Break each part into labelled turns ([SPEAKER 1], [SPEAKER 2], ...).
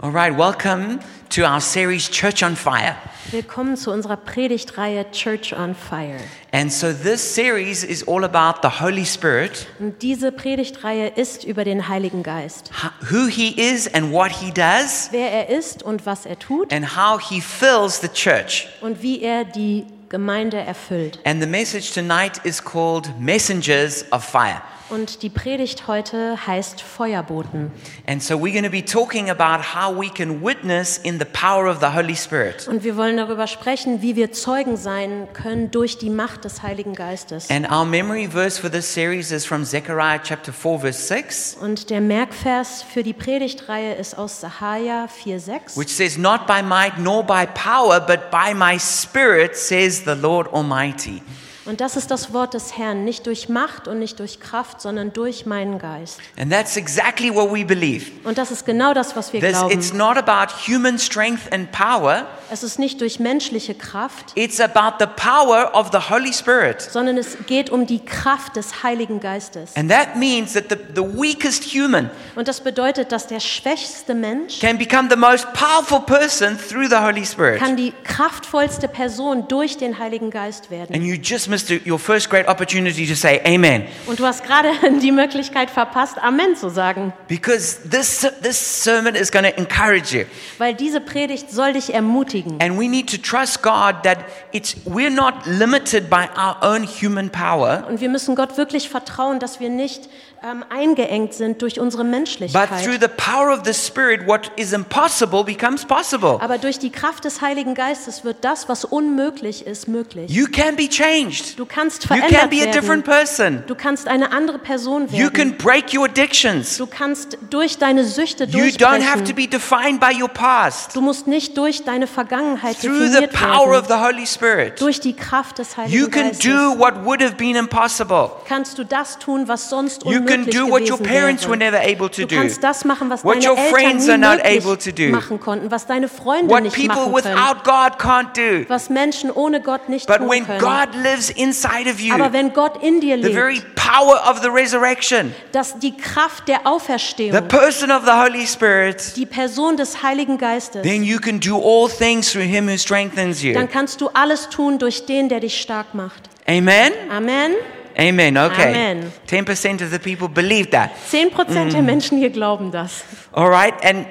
[SPEAKER 1] All right, welcome to our series Church on Fire.
[SPEAKER 2] Willkommen zu unserer Predigtreihe Church on Fire.
[SPEAKER 1] And so this series is all about the Holy Spirit,
[SPEAKER 2] Und diese Predigtreihe ist über den Heiligen Geist.
[SPEAKER 1] h- who he is and what he does,
[SPEAKER 2] Wer er ist und was er tut
[SPEAKER 1] and how he fills the church.
[SPEAKER 2] und wie er die Gemeinde erfüllt.
[SPEAKER 1] And the message tonight is called Messengers of Fire.
[SPEAKER 2] Und die Predigt heute heißt Feuerboten.
[SPEAKER 1] And so we're going to be talking about how we can witness in the power of the Holy Spirit.
[SPEAKER 2] Und wir wollen darüber sprechen, wie wir Zeugen sein können durch die Macht des Heiligen Geistes.
[SPEAKER 1] And our memory verse for this series is from Zechariah chapter 4 verse 6,
[SPEAKER 2] Und der Merkvers für die Predigtreihe ist aus Sahaja 4,6.
[SPEAKER 1] which says, Not by might nor by power, but by my spirit, says the Lord Almighty.
[SPEAKER 2] Und das ist das Wort des Herrn, nicht durch Macht und nicht durch Kraft, sondern durch meinen Geist.
[SPEAKER 1] And that's exactly what we believe.
[SPEAKER 2] Und das ist genau das, was wir
[SPEAKER 1] This,
[SPEAKER 2] glauben.
[SPEAKER 1] it's not about human strength and power,
[SPEAKER 2] Es ist nicht durch menschliche Kraft,
[SPEAKER 1] it's about the power of the Holy Spirit.
[SPEAKER 2] sondern es geht um die Kraft des Heiligen Geistes.
[SPEAKER 1] And that means that the, the weakest human
[SPEAKER 2] Und das bedeutet, dass der schwächste Mensch
[SPEAKER 1] can become the most powerful person through the Holy Spirit.
[SPEAKER 2] kann die kraftvollste Person durch den Heiligen Geist werden.
[SPEAKER 1] And you just missed your first great opportunity to say amen.
[SPEAKER 2] Und du hast gerade die Möglichkeit verpasst, Amen zu sagen,
[SPEAKER 1] Because this, this sermon is going to encourage you.
[SPEAKER 2] weil diese Predigt soll dich ermutigen.
[SPEAKER 1] And we need to trust God that it's, we're not limited by our own human power,
[SPEAKER 2] Und wir müssen Gott wirklich vertrauen, dass wir nicht ähm, eingeengt sind durch unsere
[SPEAKER 1] but through
[SPEAKER 2] Menschlichkeit.
[SPEAKER 1] the power of the Spirit, what is impossible becomes possible.
[SPEAKER 2] Aber durch die Kraft des Heiligen Geistes wird das, was unmöglich ist, möglich.
[SPEAKER 1] You can be changed.
[SPEAKER 2] Du kannst
[SPEAKER 1] You can
[SPEAKER 2] verändert
[SPEAKER 1] be a different
[SPEAKER 2] werden.
[SPEAKER 1] person.
[SPEAKER 2] Du kannst eine andere Person
[SPEAKER 1] You
[SPEAKER 2] werden.
[SPEAKER 1] can break your addictions.
[SPEAKER 2] Du kannst durch deine Süchte
[SPEAKER 1] You don't have to
[SPEAKER 2] durchbrechen.
[SPEAKER 1] be defined by your past.
[SPEAKER 2] Du musst nicht durch deine Vergangenheit
[SPEAKER 1] Through the
[SPEAKER 2] definiert
[SPEAKER 1] power of
[SPEAKER 2] werden.
[SPEAKER 1] the Holy Spirit,
[SPEAKER 2] Durch die Kraft des
[SPEAKER 1] you
[SPEAKER 2] Heiligen
[SPEAKER 1] can do
[SPEAKER 2] Geistes
[SPEAKER 1] what would have been impossible.
[SPEAKER 2] kannst du das tun, was sonst
[SPEAKER 1] You can
[SPEAKER 2] unmöglich
[SPEAKER 1] do what your
[SPEAKER 2] gewesen
[SPEAKER 1] parents were
[SPEAKER 2] wäre.
[SPEAKER 1] never able to
[SPEAKER 2] Du
[SPEAKER 1] do.
[SPEAKER 2] kannst das machen, was
[SPEAKER 1] What
[SPEAKER 2] deine
[SPEAKER 1] your
[SPEAKER 2] Eltern
[SPEAKER 1] friends are not
[SPEAKER 2] nie
[SPEAKER 1] able to do.
[SPEAKER 2] möglich machen konnten, was deine Freunde
[SPEAKER 1] What
[SPEAKER 2] nicht
[SPEAKER 1] people
[SPEAKER 2] machen können.
[SPEAKER 1] without God can't do.
[SPEAKER 2] was Menschen ohne Gott nicht
[SPEAKER 1] But
[SPEAKER 2] tun
[SPEAKER 1] when
[SPEAKER 2] können.
[SPEAKER 1] God lives inside of you,
[SPEAKER 2] Aber wenn Gott in dir
[SPEAKER 1] the
[SPEAKER 2] lebt,
[SPEAKER 1] very power of the resurrection,
[SPEAKER 2] dass die Kraft der
[SPEAKER 1] the
[SPEAKER 2] Auferstehung,
[SPEAKER 1] person of the Holy Spirit,
[SPEAKER 2] die Person des Heiligen Geistes,
[SPEAKER 1] then you can do all things through Him who strengthens
[SPEAKER 2] dann
[SPEAKER 1] you.
[SPEAKER 2] kannst du alles tun durch den, der dich stark macht.
[SPEAKER 1] Amen?
[SPEAKER 2] Amen.
[SPEAKER 1] Amen. Okay.
[SPEAKER 2] Amen.
[SPEAKER 1] 10% of the people believe that.
[SPEAKER 2] 10% der Menschen hier glauben das.
[SPEAKER 1] All right. And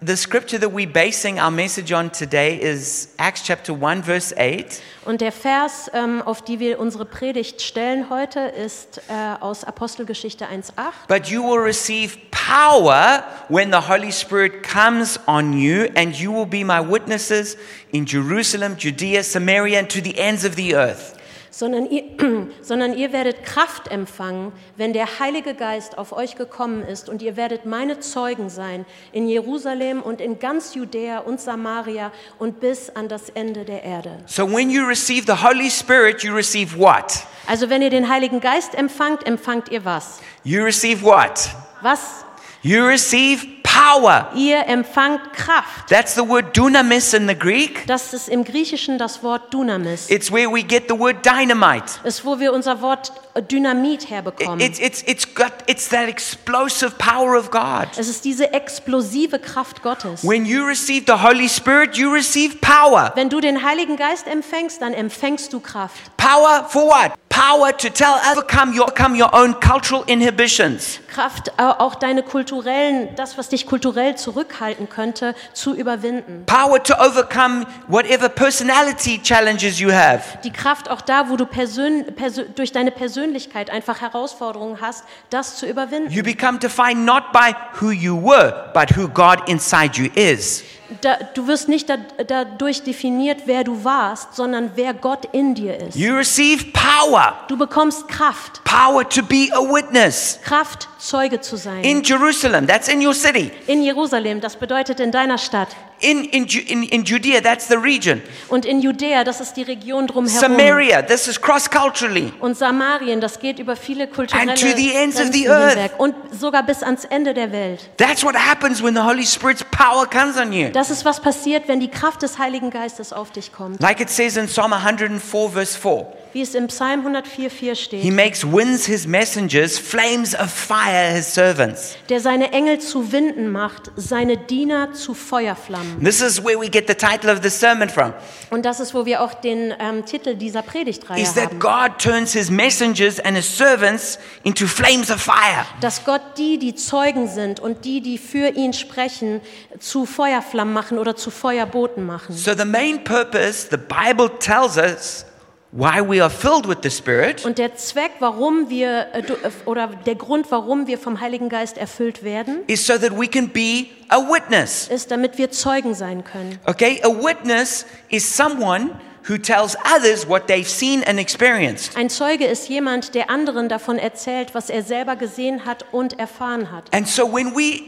[SPEAKER 1] the scripture that we're basing our message on today is Acts chapter 1, verse 8.
[SPEAKER 2] Und der Vers, ähm, auf die wir unsere Predigt stellen heute, ist äh, aus Apostelgeschichte 1.8.
[SPEAKER 1] But you will receive power when the Holy Spirit comes on you, and you will be my witnesses in Jerusalem, Judea, Samaria, and to the ends of the earth.
[SPEAKER 2] Sondern ihr, sondern ihr werdet Kraft empfangen, wenn der Heilige Geist auf euch gekommen ist, und ihr werdet meine Zeugen sein in Jerusalem und in ganz Judäa und Samaria und bis an das Ende der Erde.
[SPEAKER 1] So when you receive the Holy Spirit, you receive what?
[SPEAKER 2] Also wenn ihr den Heiligen Geist empfangt, empfangt ihr was?
[SPEAKER 1] You receive what?
[SPEAKER 2] Was?
[SPEAKER 1] You receive power.
[SPEAKER 2] Ihr empfangt Kraft.
[SPEAKER 1] That's the word dunamis in the Greek.
[SPEAKER 2] Das ist im Griechischen das Wort Dunamis.
[SPEAKER 1] It's where we get the word dynamite.
[SPEAKER 2] Ist, wo wir unser Wort Dynamit herbekommen.
[SPEAKER 1] It's, it's, it's, got, it's that explosive power of God.
[SPEAKER 2] Es ist diese explosive Kraft Gottes.
[SPEAKER 1] When you receive the Holy Spirit, you receive power.
[SPEAKER 2] Wenn du den Heiligen Geist empfängst, dann empfängst du Kraft.
[SPEAKER 1] Power for what? Power to tell overcome your, overcome your own cultural inhibitions.
[SPEAKER 2] Kraft, äh, auch deine kulturellen, das, was dich kulturell zurückhalten könnte, zu überwinden.
[SPEAKER 1] Power to overcome whatever personality challenges you have.
[SPEAKER 2] Die Kraft auch da, wo du persön persö durch deine Persönlichkeit einfach Herausforderungen hast, das zu überwinden.
[SPEAKER 1] You become defined not by who you were, but who God inside you is.
[SPEAKER 2] Da, du wirst nicht da, dadurch definiert, wer du warst, sondern wer Gott in dir ist.
[SPEAKER 1] You receive power.
[SPEAKER 2] Du bekommst Kraft,
[SPEAKER 1] Power to be a witness.
[SPEAKER 2] Kraft, Zeuge zu sein.
[SPEAKER 1] In Jerusalem, that's in your city.
[SPEAKER 2] in Jerusalem, das bedeutet in deiner Stadt.
[SPEAKER 1] In, in, Ju- in, in Judea, that's the region.
[SPEAKER 2] Und in Judäa, das ist die Region drumherum.
[SPEAKER 1] Samaria, this is cross culturally.
[SPEAKER 2] und Samarien, das geht über viele kulturelle
[SPEAKER 1] And to the ends of
[SPEAKER 2] Grenzen
[SPEAKER 1] the earth.
[SPEAKER 2] hinweg und sogar bis ans Ende der Welt.
[SPEAKER 1] That's what happens when the Holy Spirit's power comes on you.
[SPEAKER 2] Das ist was passiert, wenn die Kraft des Heiligen Geistes auf dich kommt.
[SPEAKER 1] Like it says in Psalm 104, verse 4.
[SPEAKER 2] Wie es im Psalm 104,4
[SPEAKER 1] He
[SPEAKER 2] steht,
[SPEAKER 1] makes winds his messengers, flames of fire his servants.
[SPEAKER 2] der seine Engel zu Winden macht, seine Diener zu Feuerflammen.
[SPEAKER 1] This is where we get the title of the sermon from.
[SPEAKER 2] Und das ist, wo wir auch den ähm, Titel dieser Predigtreihe
[SPEAKER 1] Is that
[SPEAKER 2] haben.
[SPEAKER 1] God turns his messengers and his servants into flames of fire.
[SPEAKER 2] Dass Gott die, die Zeugen sind und die, die für ihn sprechen, zu Feuerflammen machen oder zu Feuerboten machen.
[SPEAKER 1] So the main purpose the Bible tells us why we are filled with the Spirit
[SPEAKER 2] Und der Zweck, warum wir, äh, du- äh, oder der Grund, warum wir vom Heiligen Geist erfüllt werden,
[SPEAKER 1] is so that we can be a witness.
[SPEAKER 2] ist, damit wir Zeugen sein können.
[SPEAKER 1] Okay? A witness is someone who tells others what they've seen and experienced.
[SPEAKER 2] Ein Zeuge ist jemand, der anderen davon erzählt, was er selber gesehen hat und erfahren hat.
[SPEAKER 1] And so when we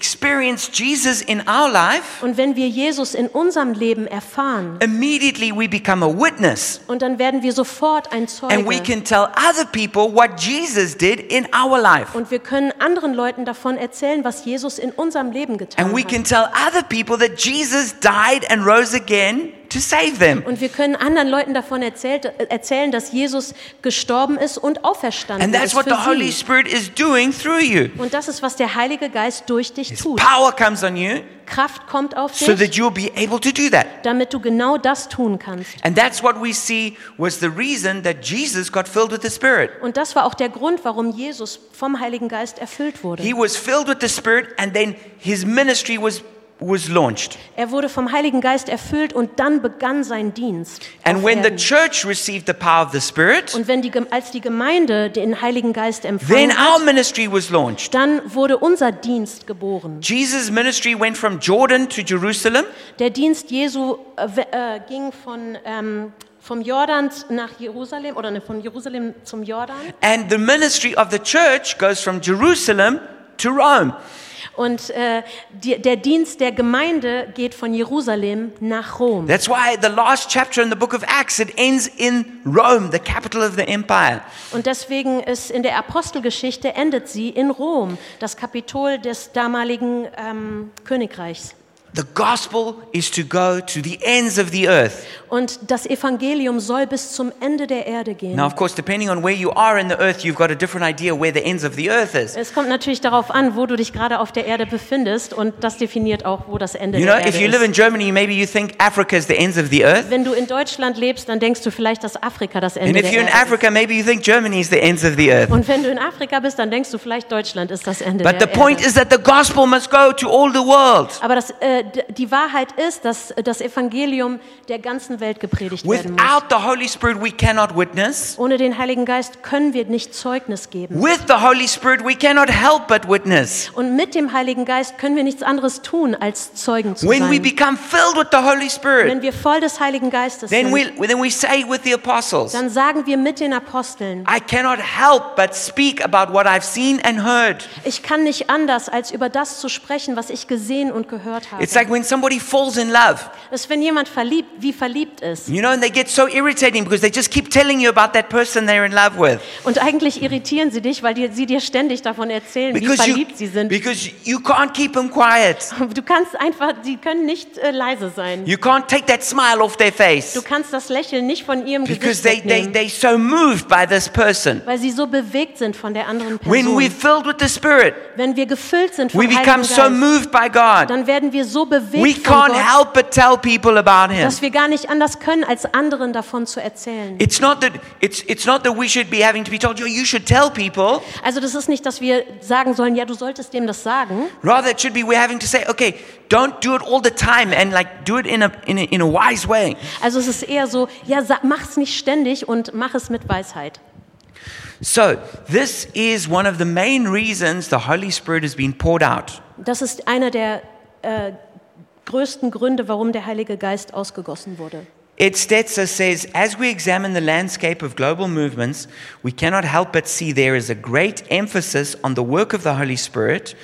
[SPEAKER 1] experience Jesus in our life,
[SPEAKER 2] Und wenn wir Jesus in unserem Leben erfahren,
[SPEAKER 1] immediately we become a witness
[SPEAKER 2] und dann werden wir sofort ein
[SPEAKER 1] and we
[SPEAKER 2] Zeuge.
[SPEAKER 1] can tell other people what Jesus did in our life.
[SPEAKER 2] Und wir können anderen Leuten davon erzählen, was Jesus in unserem Leben
[SPEAKER 1] And
[SPEAKER 2] getan
[SPEAKER 1] we
[SPEAKER 2] hat.
[SPEAKER 1] can tell other people that Jesus died and rose again to save them.
[SPEAKER 2] Und wir können anderen Leuten davon erzählt, äh, erzählen, dass Jesus gestorben ist und auferstanden
[SPEAKER 1] And that's
[SPEAKER 2] ist
[SPEAKER 1] what the
[SPEAKER 2] für
[SPEAKER 1] Holy
[SPEAKER 2] sie.
[SPEAKER 1] Spirit is doing through you.
[SPEAKER 2] Und das ist, was der Heilige Geist durch dich tut.
[SPEAKER 1] Power comes on you
[SPEAKER 2] Kraft kommt auf
[SPEAKER 1] so
[SPEAKER 2] dich,
[SPEAKER 1] that you'll be able to do that.
[SPEAKER 2] damit du genau das tun kannst.
[SPEAKER 1] And that's what we see was the reason that Jesus got filled with the Spirit.
[SPEAKER 2] Und das war auch der Grund, warum Jesus vom Heiligen Geist erfüllt wurde.
[SPEAKER 1] He was filled with the Spirit and then his ministry was was launched.
[SPEAKER 2] Er wurde vom Heiligen Geist erfüllt und dann begann sein Dienst.
[SPEAKER 1] And
[SPEAKER 2] auf
[SPEAKER 1] when the
[SPEAKER 2] Erden.
[SPEAKER 1] church received the power of the Spirit,
[SPEAKER 2] und wenn die, Gem- als die Gemeinde den Heiligen Geist
[SPEAKER 1] then
[SPEAKER 2] empfing,
[SPEAKER 1] our ministry was launched.
[SPEAKER 2] dann wurde unser Dienst geboren.
[SPEAKER 1] Jesus' ministry went from Jordan to Jerusalem.
[SPEAKER 2] Der Dienst Jesu äh, we- äh, ging von, ähm, vom Jordan nach Jerusalem oder ne, von Jerusalem zum Jordan.
[SPEAKER 1] And the ministry of the church goes from Jerusalem to Rome.
[SPEAKER 2] Und äh, die, der Dienst der Gemeinde geht von Jerusalem nach Rom.
[SPEAKER 1] That's why the last chapter in the book of Acts it ends in Rome, the capital of the empire.
[SPEAKER 2] Und deswegen ist in der Apostelgeschichte endet sie in Rom, das Kapitol des damaligen ähm, Königreichs.
[SPEAKER 1] The gospel is to go to the ends of the earth.
[SPEAKER 2] Und das Evangelium soll bis zum Ende der Erde gehen.
[SPEAKER 1] Now, of course, depending on where you are in the earth, you've got a different idea where the ends of the earth is.
[SPEAKER 2] Es kommt natürlich darauf an, wo du dich gerade auf der Erde befindest und das definiert auch, wo das Ende
[SPEAKER 1] You know,
[SPEAKER 2] der
[SPEAKER 1] if
[SPEAKER 2] Erde
[SPEAKER 1] you live
[SPEAKER 2] ist.
[SPEAKER 1] in Germany, maybe you think Africa is the ends of the earth.
[SPEAKER 2] Wenn du in Deutschland lebst, dann denkst du vielleicht, dass Afrika das
[SPEAKER 1] And
[SPEAKER 2] Ende
[SPEAKER 1] if
[SPEAKER 2] der
[SPEAKER 1] you're in
[SPEAKER 2] Erde ist.
[SPEAKER 1] Africa, maybe you think Germany is the ends of the earth.
[SPEAKER 2] Und wenn du in Afrika bist, dann denkst du vielleicht, Deutschland ist das Ende
[SPEAKER 1] But the
[SPEAKER 2] der
[SPEAKER 1] point
[SPEAKER 2] Erde.
[SPEAKER 1] is that the gospel must go to all the world.
[SPEAKER 2] Aber das, äh, d- die Wahrheit ist, dass das Evangelium der ganzen Welt gepredigt werden muss.
[SPEAKER 1] Without the Holy Spirit, we cannot witness.
[SPEAKER 2] Ohne den Heiligen Geist können wir nicht Zeugnis geben.
[SPEAKER 1] With the Holy Spirit, we cannot help but witness.
[SPEAKER 2] Und mit dem Heiligen Geist können wir nichts anderes tun, als Zeugen zu
[SPEAKER 1] When we
[SPEAKER 2] sein.
[SPEAKER 1] become filled with the Holy Spirit,
[SPEAKER 2] Wenn wir voll des Heiligen Geistes
[SPEAKER 1] then we,
[SPEAKER 2] sind,
[SPEAKER 1] then we say with the apostles,
[SPEAKER 2] dann sagen wir mit den Aposteln,
[SPEAKER 1] I cannot help but speak about what I've seen and heard.
[SPEAKER 2] ich kann nicht anders, als über das zu sprechen, was ich gesehen und gehört habe.
[SPEAKER 1] It's like when somebody falls in love,
[SPEAKER 2] Es ist, wenn jemand verliebt, wie verliebt ist.
[SPEAKER 1] you know, and they get so irritating because they just keep telling you about that person they're in love with.
[SPEAKER 2] Und eigentlich irritieren sie dich, weil die, sie dir ständig davon erzählen, wie
[SPEAKER 1] Because you,
[SPEAKER 2] verliebt sie sind.
[SPEAKER 1] because you can't keep them quiet.
[SPEAKER 2] Du kannst einfach, sie können nicht äh, leise sein.
[SPEAKER 1] You can't take that smile off their face
[SPEAKER 2] Du kannst das Lächeln nicht von ihrem
[SPEAKER 1] because they,
[SPEAKER 2] Gesicht
[SPEAKER 1] they,
[SPEAKER 2] wegnehmen.
[SPEAKER 1] they're so moved by this person.
[SPEAKER 2] weil sie so bewegt sind von der anderen
[SPEAKER 1] When
[SPEAKER 2] Person.
[SPEAKER 1] we're filled with the Spirit,
[SPEAKER 2] Wenn wir gefüllt sind vom
[SPEAKER 1] we
[SPEAKER 2] Heiligen
[SPEAKER 1] become
[SPEAKER 2] Geist,
[SPEAKER 1] so moved by God.
[SPEAKER 2] dann werden wir so
[SPEAKER 1] We
[SPEAKER 2] bewegt von
[SPEAKER 1] can't
[SPEAKER 2] Gott,
[SPEAKER 1] help but tell people about Him.
[SPEAKER 2] dass wir gar nicht anders können, als anderen davon zu erzählen.
[SPEAKER 1] It's not that it's it's not that we should be having to be told, "Yo, you should tell people.
[SPEAKER 2] Also das ist nicht, dass wir sagen sollen, ja, du solltest dem das sagen,
[SPEAKER 1] Rather, it should be we're having to say, okay, don't do it all the time and like do it in a in a, in a wise way.
[SPEAKER 2] Also es ist eher so, ja, sa- mach's nicht ständig und mach es mit Weisheit.
[SPEAKER 1] So this is one of the main reasons the Holy Spirit has been poured out.
[SPEAKER 2] Das ist einer der äh, größten Gründe, warum der Heilige Geist ausgegossen wurde.
[SPEAKER 1] Stetzer says, as we examine the landscape of global movements, we cannot help but see there is a great emphasis on the work of the Holy Spirit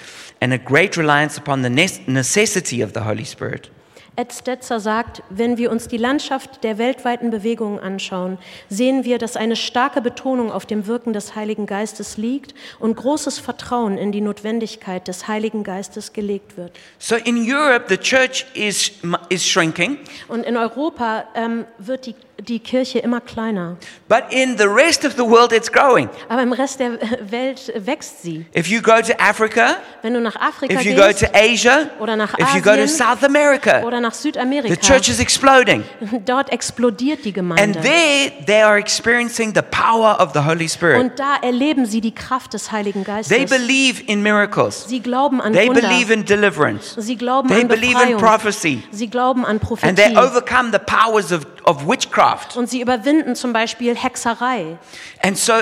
[SPEAKER 1] and a great reliance upon the ne- necessity of the Holy Spirit.
[SPEAKER 2] Ed Stetzer sagt, wenn wir uns die Landschaft der weltweiten Bewegungen anschauen, sehen wir, dass eine starke Betonung auf dem Wirken des Heiligen Geistes liegt und großes Vertrauen in die Notwendigkeit des Heiligen Geistes gelegt wird.
[SPEAKER 1] So in Europe, the church is, is shrinking.
[SPEAKER 2] Und in Europa ähm, wird die, die Kirche immer kleiner.
[SPEAKER 1] But in the rest of the world, it's growing.
[SPEAKER 2] Aber im Rest der Welt wächst sie.
[SPEAKER 1] If you go to Africa,
[SPEAKER 2] Wenn du nach Afrika
[SPEAKER 1] if you go
[SPEAKER 2] gehst
[SPEAKER 1] to Asia,
[SPEAKER 2] oder nach
[SPEAKER 1] if you go to
[SPEAKER 2] Asien
[SPEAKER 1] South America,
[SPEAKER 2] oder
[SPEAKER 1] the
[SPEAKER 2] nach Südamerika,
[SPEAKER 1] church is exploding.
[SPEAKER 2] dort explodiert die
[SPEAKER 1] And
[SPEAKER 2] Gemeinde.
[SPEAKER 1] there they are experiencing the power of the Holy Spirit.
[SPEAKER 2] Und da erleben sie die Kraft des Heiligen
[SPEAKER 1] They
[SPEAKER 2] Geistes.
[SPEAKER 1] believe in miracles,
[SPEAKER 2] Sie glauben an
[SPEAKER 1] they
[SPEAKER 2] Wunder.
[SPEAKER 1] believe in deliverance,
[SPEAKER 2] Sie glauben
[SPEAKER 1] they
[SPEAKER 2] an
[SPEAKER 1] believe in
[SPEAKER 2] Befreiung.
[SPEAKER 1] prophecy,
[SPEAKER 2] Sie glauben an
[SPEAKER 1] and they
[SPEAKER 2] Prophetie.
[SPEAKER 1] overcome the powers of, of witchcraft.
[SPEAKER 2] Und sie überwinden zum Beispiel Hexerei.
[SPEAKER 1] And so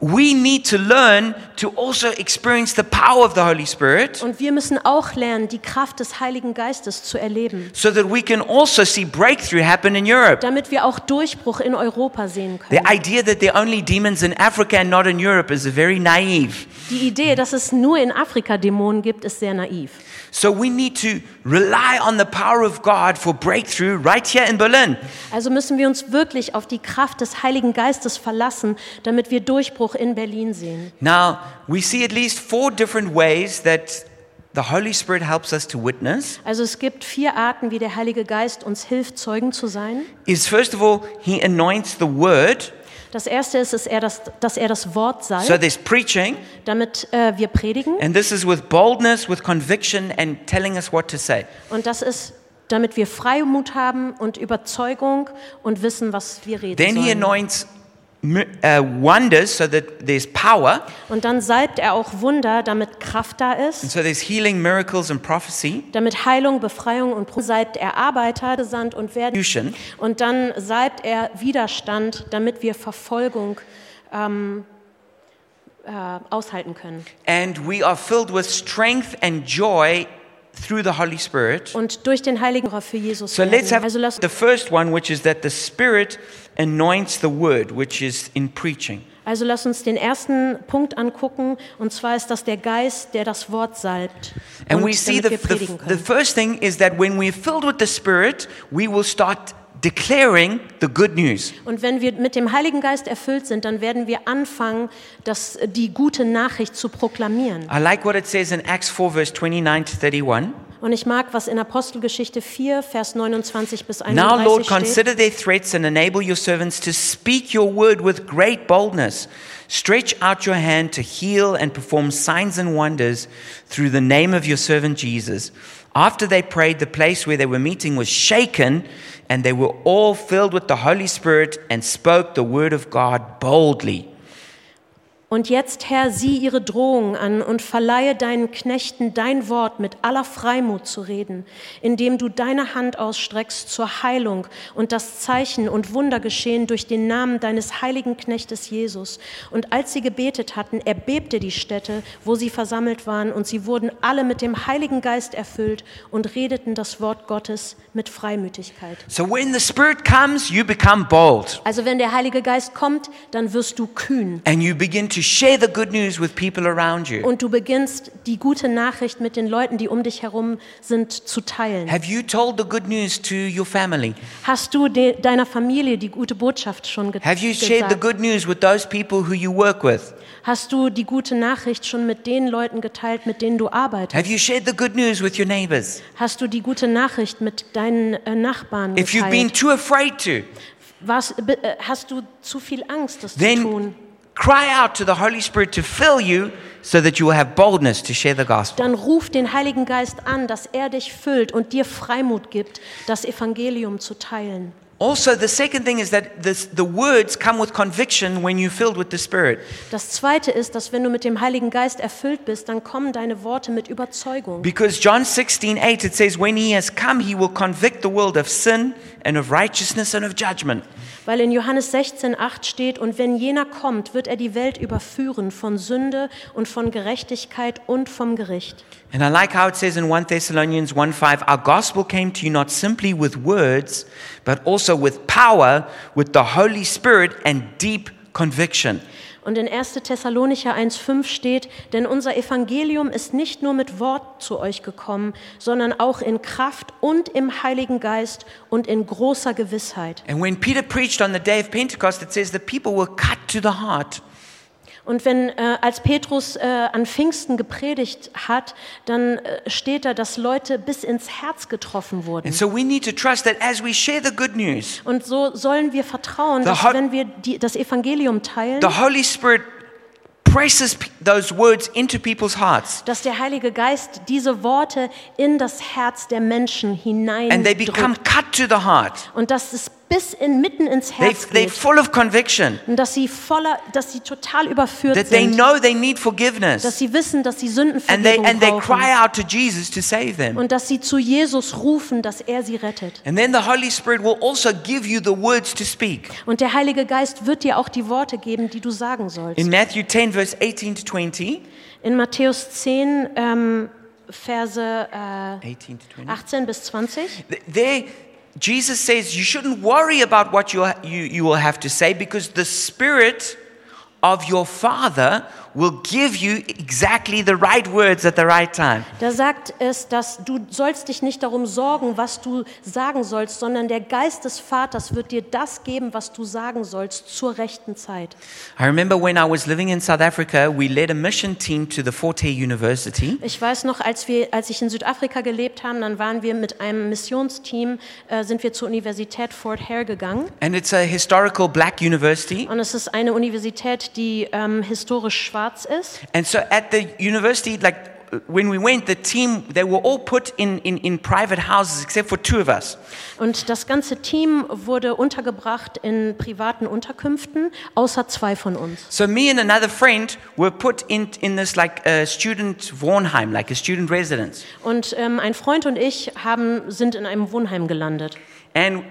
[SPEAKER 1] we need to learn to also experience the power of the Holy Spirit
[SPEAKER 2] Und wir müssen auch lernen, die Kraft des Heiligen Geistes zu erleben,
[SPEAKER 1] so that we can also see breakthrough happen in Europe.
[SPEAKER 2] damit wir auch Durchbruch in Europa sehen können.
[SPEAKER 1] The idea that there are only demons in Africa and not in Europe is very naive.
[SPEAKER 2] Die Idee, dass es nur in Afrika Dämonen gibt, ist sehr naiv.
[SPEAKER 1] So we need to rely on the power of God for breakthrough right here in Berlin.
[SPEAKER 2] Also müssen wir uns wirklich auf die Kraft des Heiligen Geistes verlassen, damit wir Durchbruch in Berlin sehen.
[SPEAKER 1] Now, we see at least four different ways that the Holy Spirit helps us to witness.
[SPEAKER 2] Also es gibt vier Arten, wie der Heilige Geist uns hilft, Zeugen zu sein.
[SPEAKER 1] Is first of all, he anoints the word.
[SPEAKER 2] Das erste ist, dass er das, dass er das Wort
[SPEAKER 1] So
[SPEAKER 2] sei,
[SPEAKER 1] there's preaching,
[SPEAKER 2] damit äh, wir predigen.
[SPEAKER 1] and this is with boldness, with conviction, and telling us what to say.
[SPEAKER 2] Und das ist, damit wir Freimut haben und Überzeugung und wissen, was wir reden
[SPEAKER 1] Then he
[SPEAKER 2] sollen.
[SPEAKER 1] anoints mi- uh, wonders so that there's power,
[SPEAKER 2] Und dann salbt er auch Wunder, damit Kraft da
[SPEAKER 1] and
[SPEAKER 2] ist,
[SPEAKER 1] so there's healing, miracles, and prophecy.
[SPEAKER 2] damit Heilung, Befreiung und Pro salbt er Arbeiter, gesandt und werden.
[SPEAKER 1] Fusion.
[SPEAKER 2] Und dann salbt er Widerstand, damit wir Verfolgung ähm, äh, aushalten können.
[SPEAKER 1] And we are filled with strength and joy through the Holy Spirit.
[SPEAKER 2] Und durch den Heiligen Geist für Jesus.
[SPEAKER 1] So let's
[SPEAKER 2] werden.
[SPEAKER 1] have
[SPEAKER 2] Also lass
[SPEAKER 1] the first one, which is that the Spirit anoints the word, which is in preaching.
[SPEAKER 2] Also lass uns den ersten Punkt angucken, und zwar ist das der Geist, der das Wort salbt.
[SPEAKER 1] And
[SPEAKER 2] und
[SPEAKER 1] we see the,
[SPEAKER 2] damit wir
[SPEAKER 1] the,
[SPEAKER 2] predigen
[SPEAKER 1] the
[SPEAKER 2] können.
[SPEAKER 1] first thing is that when we're filled with the Spirit, we will start declaring the good news.
[SPEAKER 2] Und wenn wir mit dem Heiligen Geist erfüllt sind, dann werden wir anfangen, das, die gute Nachricht zu proklamieren.
[SPEAKER 1] I like what it says in Acts 4, verse 29 to 31.
[SPEAKER 2] Und ich mag, was in Apostelgeschichte 4, Vers 29 bis
[SPEAKER 1] Now,
[SPEAKER 2] 31
[SPEAKER 1] Lord,
[SPEAKER 2] steht.
[SPEAKER 1] consider their threats and enable your servants to speak your word with great boldness. Stretch out your hand to heal and perform signs and wonders through the name of your servant Jesus. After they prayed, the place where they were meeting was shaken, and they were all filled with the Holy Spirit and spoke the word of God boldly.
[SPEAKER 2] Und jetzt, Herr, sieh ihre Drohungen an und verleihe deinen Knechten dein Wort mit aller Freimut zu reden, indem du deine Hand ausstreckst zur Heilung und das Zeichen und Wunder geschehen durch den Namen deines heiligen Knechtes Jesus. Und als sie gebetet hatten, erbebte die Stätte, wo sie versammelt waren, und sie wurden alle mit dem Heiligen Geist erfüllt und redeten das Wort Gottes mit Freimütigkeit.
[SPEAKER 1] So, when the Spirit comes, you become bold
[SPEAKER 2] Also wenn der Heilige Geist kommt, dann wirst du kühn.
[SPEAKER 1] and you begin to share the good news with people around you.
[SPEAKER 2] Und du beginnst, die gute Nachricht mit den Leuten, die um dich herum sind, zu teilen.
[SPEAKER 1] Have you told the good news to your family?
[SPEAKER 2] Hast du de deiner Familie die gute Botschaft schon ge
[SPEAKER 1] Have you shared the
[SPEAKER 2] gesagt?
[SPEAKER 1] good news with those people who you work with?
[SPEAKER 2] Hast du die gute Nachricht schon mit den Leuten geteilt, mit denen du arbeitest?
[SPEAKER 1] Have you shared the good news with your neighbors?
[SPEAKER 2] Hast du die gute Nachricht mit deinen äh, Nachbarn
[SPEAKER 1] If you've been
[SPEAKER 2] geteilt?
[SPEAKER 1] too afraid to,
[SPEAKER 2] Was, be- äh, hast du zu viel Angst, das zu
[SPEAKER 1] then
[SPEAKER 2] tun?
[SPEAKER 1] cry out to the Holy Spirit to fill you so that you will have boldness to share the gospel.
[SPEAKER 2] Dann ruf den Heiligen Geist an, dass er dich füllt und dir Freimut gibt, das Evangelium zu teilen.
[SPEAKER 1] Also, the second thing is that this, the words come with conviction when you're filled with the Spirit.
[SPEAKER 2] Das zweite ist, dass wenn du mit dem Heiligen Geist erfüllt bist, dann kommen deine Worte mit Überzeugung.
[SPEAKER 1] Because John 16, 8, it says, When he has come, he will convict the world of sin and of righteousness and of judgment.
[SPEAKER 2] Weil in Johannes 16, 8 steht, und wenn jener kommt, wird er die Welt überführen von Sünde und von Gerechtigkeit und vom Gericht.
[SPEAKER 1] And I like how it says in 1 Thessalonians 1 5, our gospel came to you not simply with words, but also with power, with the Holy Spirit, and deep conviction.
[SPEAKER 2] Und in 1. Thessalonicher 1,5 steht, denn unser Evangelium ist nicht nur mit Wort zu euch gekommen, sondern auch in Kraft und im Heiligen Geist und in großer Gewissheit.
[SPEAKER 1] And when Peter preached on the day of Pentecost, it says the people were cut to the heart.
[SPEAKER 2] Und wenn äh, als Petrus äh, an Pfingsten gepredigt hat, dann äh, steht da, dass Leute bis ins Herz getroffen wurden.
[SPEAKER 1] And so we need to trust that as we share the good news,
[SPEAKER 2] Und so sollen wir vertrauen,
[SPEAKER 1] The
[SPEAKER 2] dass
[SPEAKER 1] ho-
[SPEAKER 2] wenn wir die, das Evangelium teilen,
[SPEAKER 1] the Holy Spirit presses p- those words into people's hearts
[SPEAKER 2] dass der Heilige Geist diese Worte in das Herz der Menschen
[SPEAKER 1] and they become
[SPEAKER 2] hineindrückt
[SPEAKER 1] cut to the heart.
[SPEAKER 2] und dass es bis in, mitten ins
[SPEAKER 1] They,
[SPEAKER 2] Herz
[SPEAKER 1] they're
[SPEAKER 2] geht
[SPEAKER 1] full of conviction
[SPEAKER 2] und dass sie voller, dass sie total überführt
[SPEAKER 1] that they
[SPEAKER 2] sind,
[SPEAKER 1] know they need
[SPEAKER 2] dass
[SPEAKER 1] forgiveness
[SPEAKER 2] sie wissen, dass sie
[SPEAKER 1] and they,
[SPEAKER 2] Sündenvergebung
[SPEAKER 1] and they cry
[SPEAKER 2] brauchen
[SPEAKER 1] out to Jesus to save them.
[SPEAKER 2] und dass sie zu Jesus rufen, dass er sie rettet.
[SPEAKER 1] And then the Holy Spirit will also give you the words to speak.
[SPEAKER 2] Und der Heilige Geist wird dir auch die Worte geben, die du sagen sollst.
[SPEAKER 1] In Matthew 10, verse 18 to 20,
[SPEAKER 2] In Matthäus 10, ähm, Verse äh,
[SPEAKER 1] 18 to 20.
[SPEAKER 2] 18 bis 20.
[SPEAKER 1] Th- There, Jesus says, You shouldn't worry about what you'll ha- you, you will have to say because the Spirit of your Father will give you exactly the right words at the right time.
[SPEAKER 2] Da sagt es, dass du sollst dich nicht darum sorgen, was du sagen sollst, sondern der Geist des Vaters wird dir das geben, was du sagen sollst zur rechten Zeit.
[SPEAKER 1] I remember when I was living in South Africa, we led a mission team to the Forte University.
[SPEAKER 2] Ich weiß noch, als wir, als ich in Südafrika gelebt haben, dann waren wir mit einem Missionsteam äh, sind wir zur Universität Fort Hare gegangen.
[SPEAKER 1] And it's a historical black university.
[SPEAKER 2] Und es ist eine Universität, die ähm, historisch schwarz ist.
[SPEAKER 1] And so at the university, like when we went, the team, they were all put in, in, in private houses except for two of us.
[SPEAKER 2] Und das ganze Team wurde untergebracht in privaten Unterkünften, außer zwei von uns.
[SPEAKER 1] So me and another friend were put in in this like a student Vornheim, like a student residence,
[SPEAKER 2] Und ähm, ein Freund und ich haben, sind in einem Wohnheim gelandet.
[SPEAKER 1] and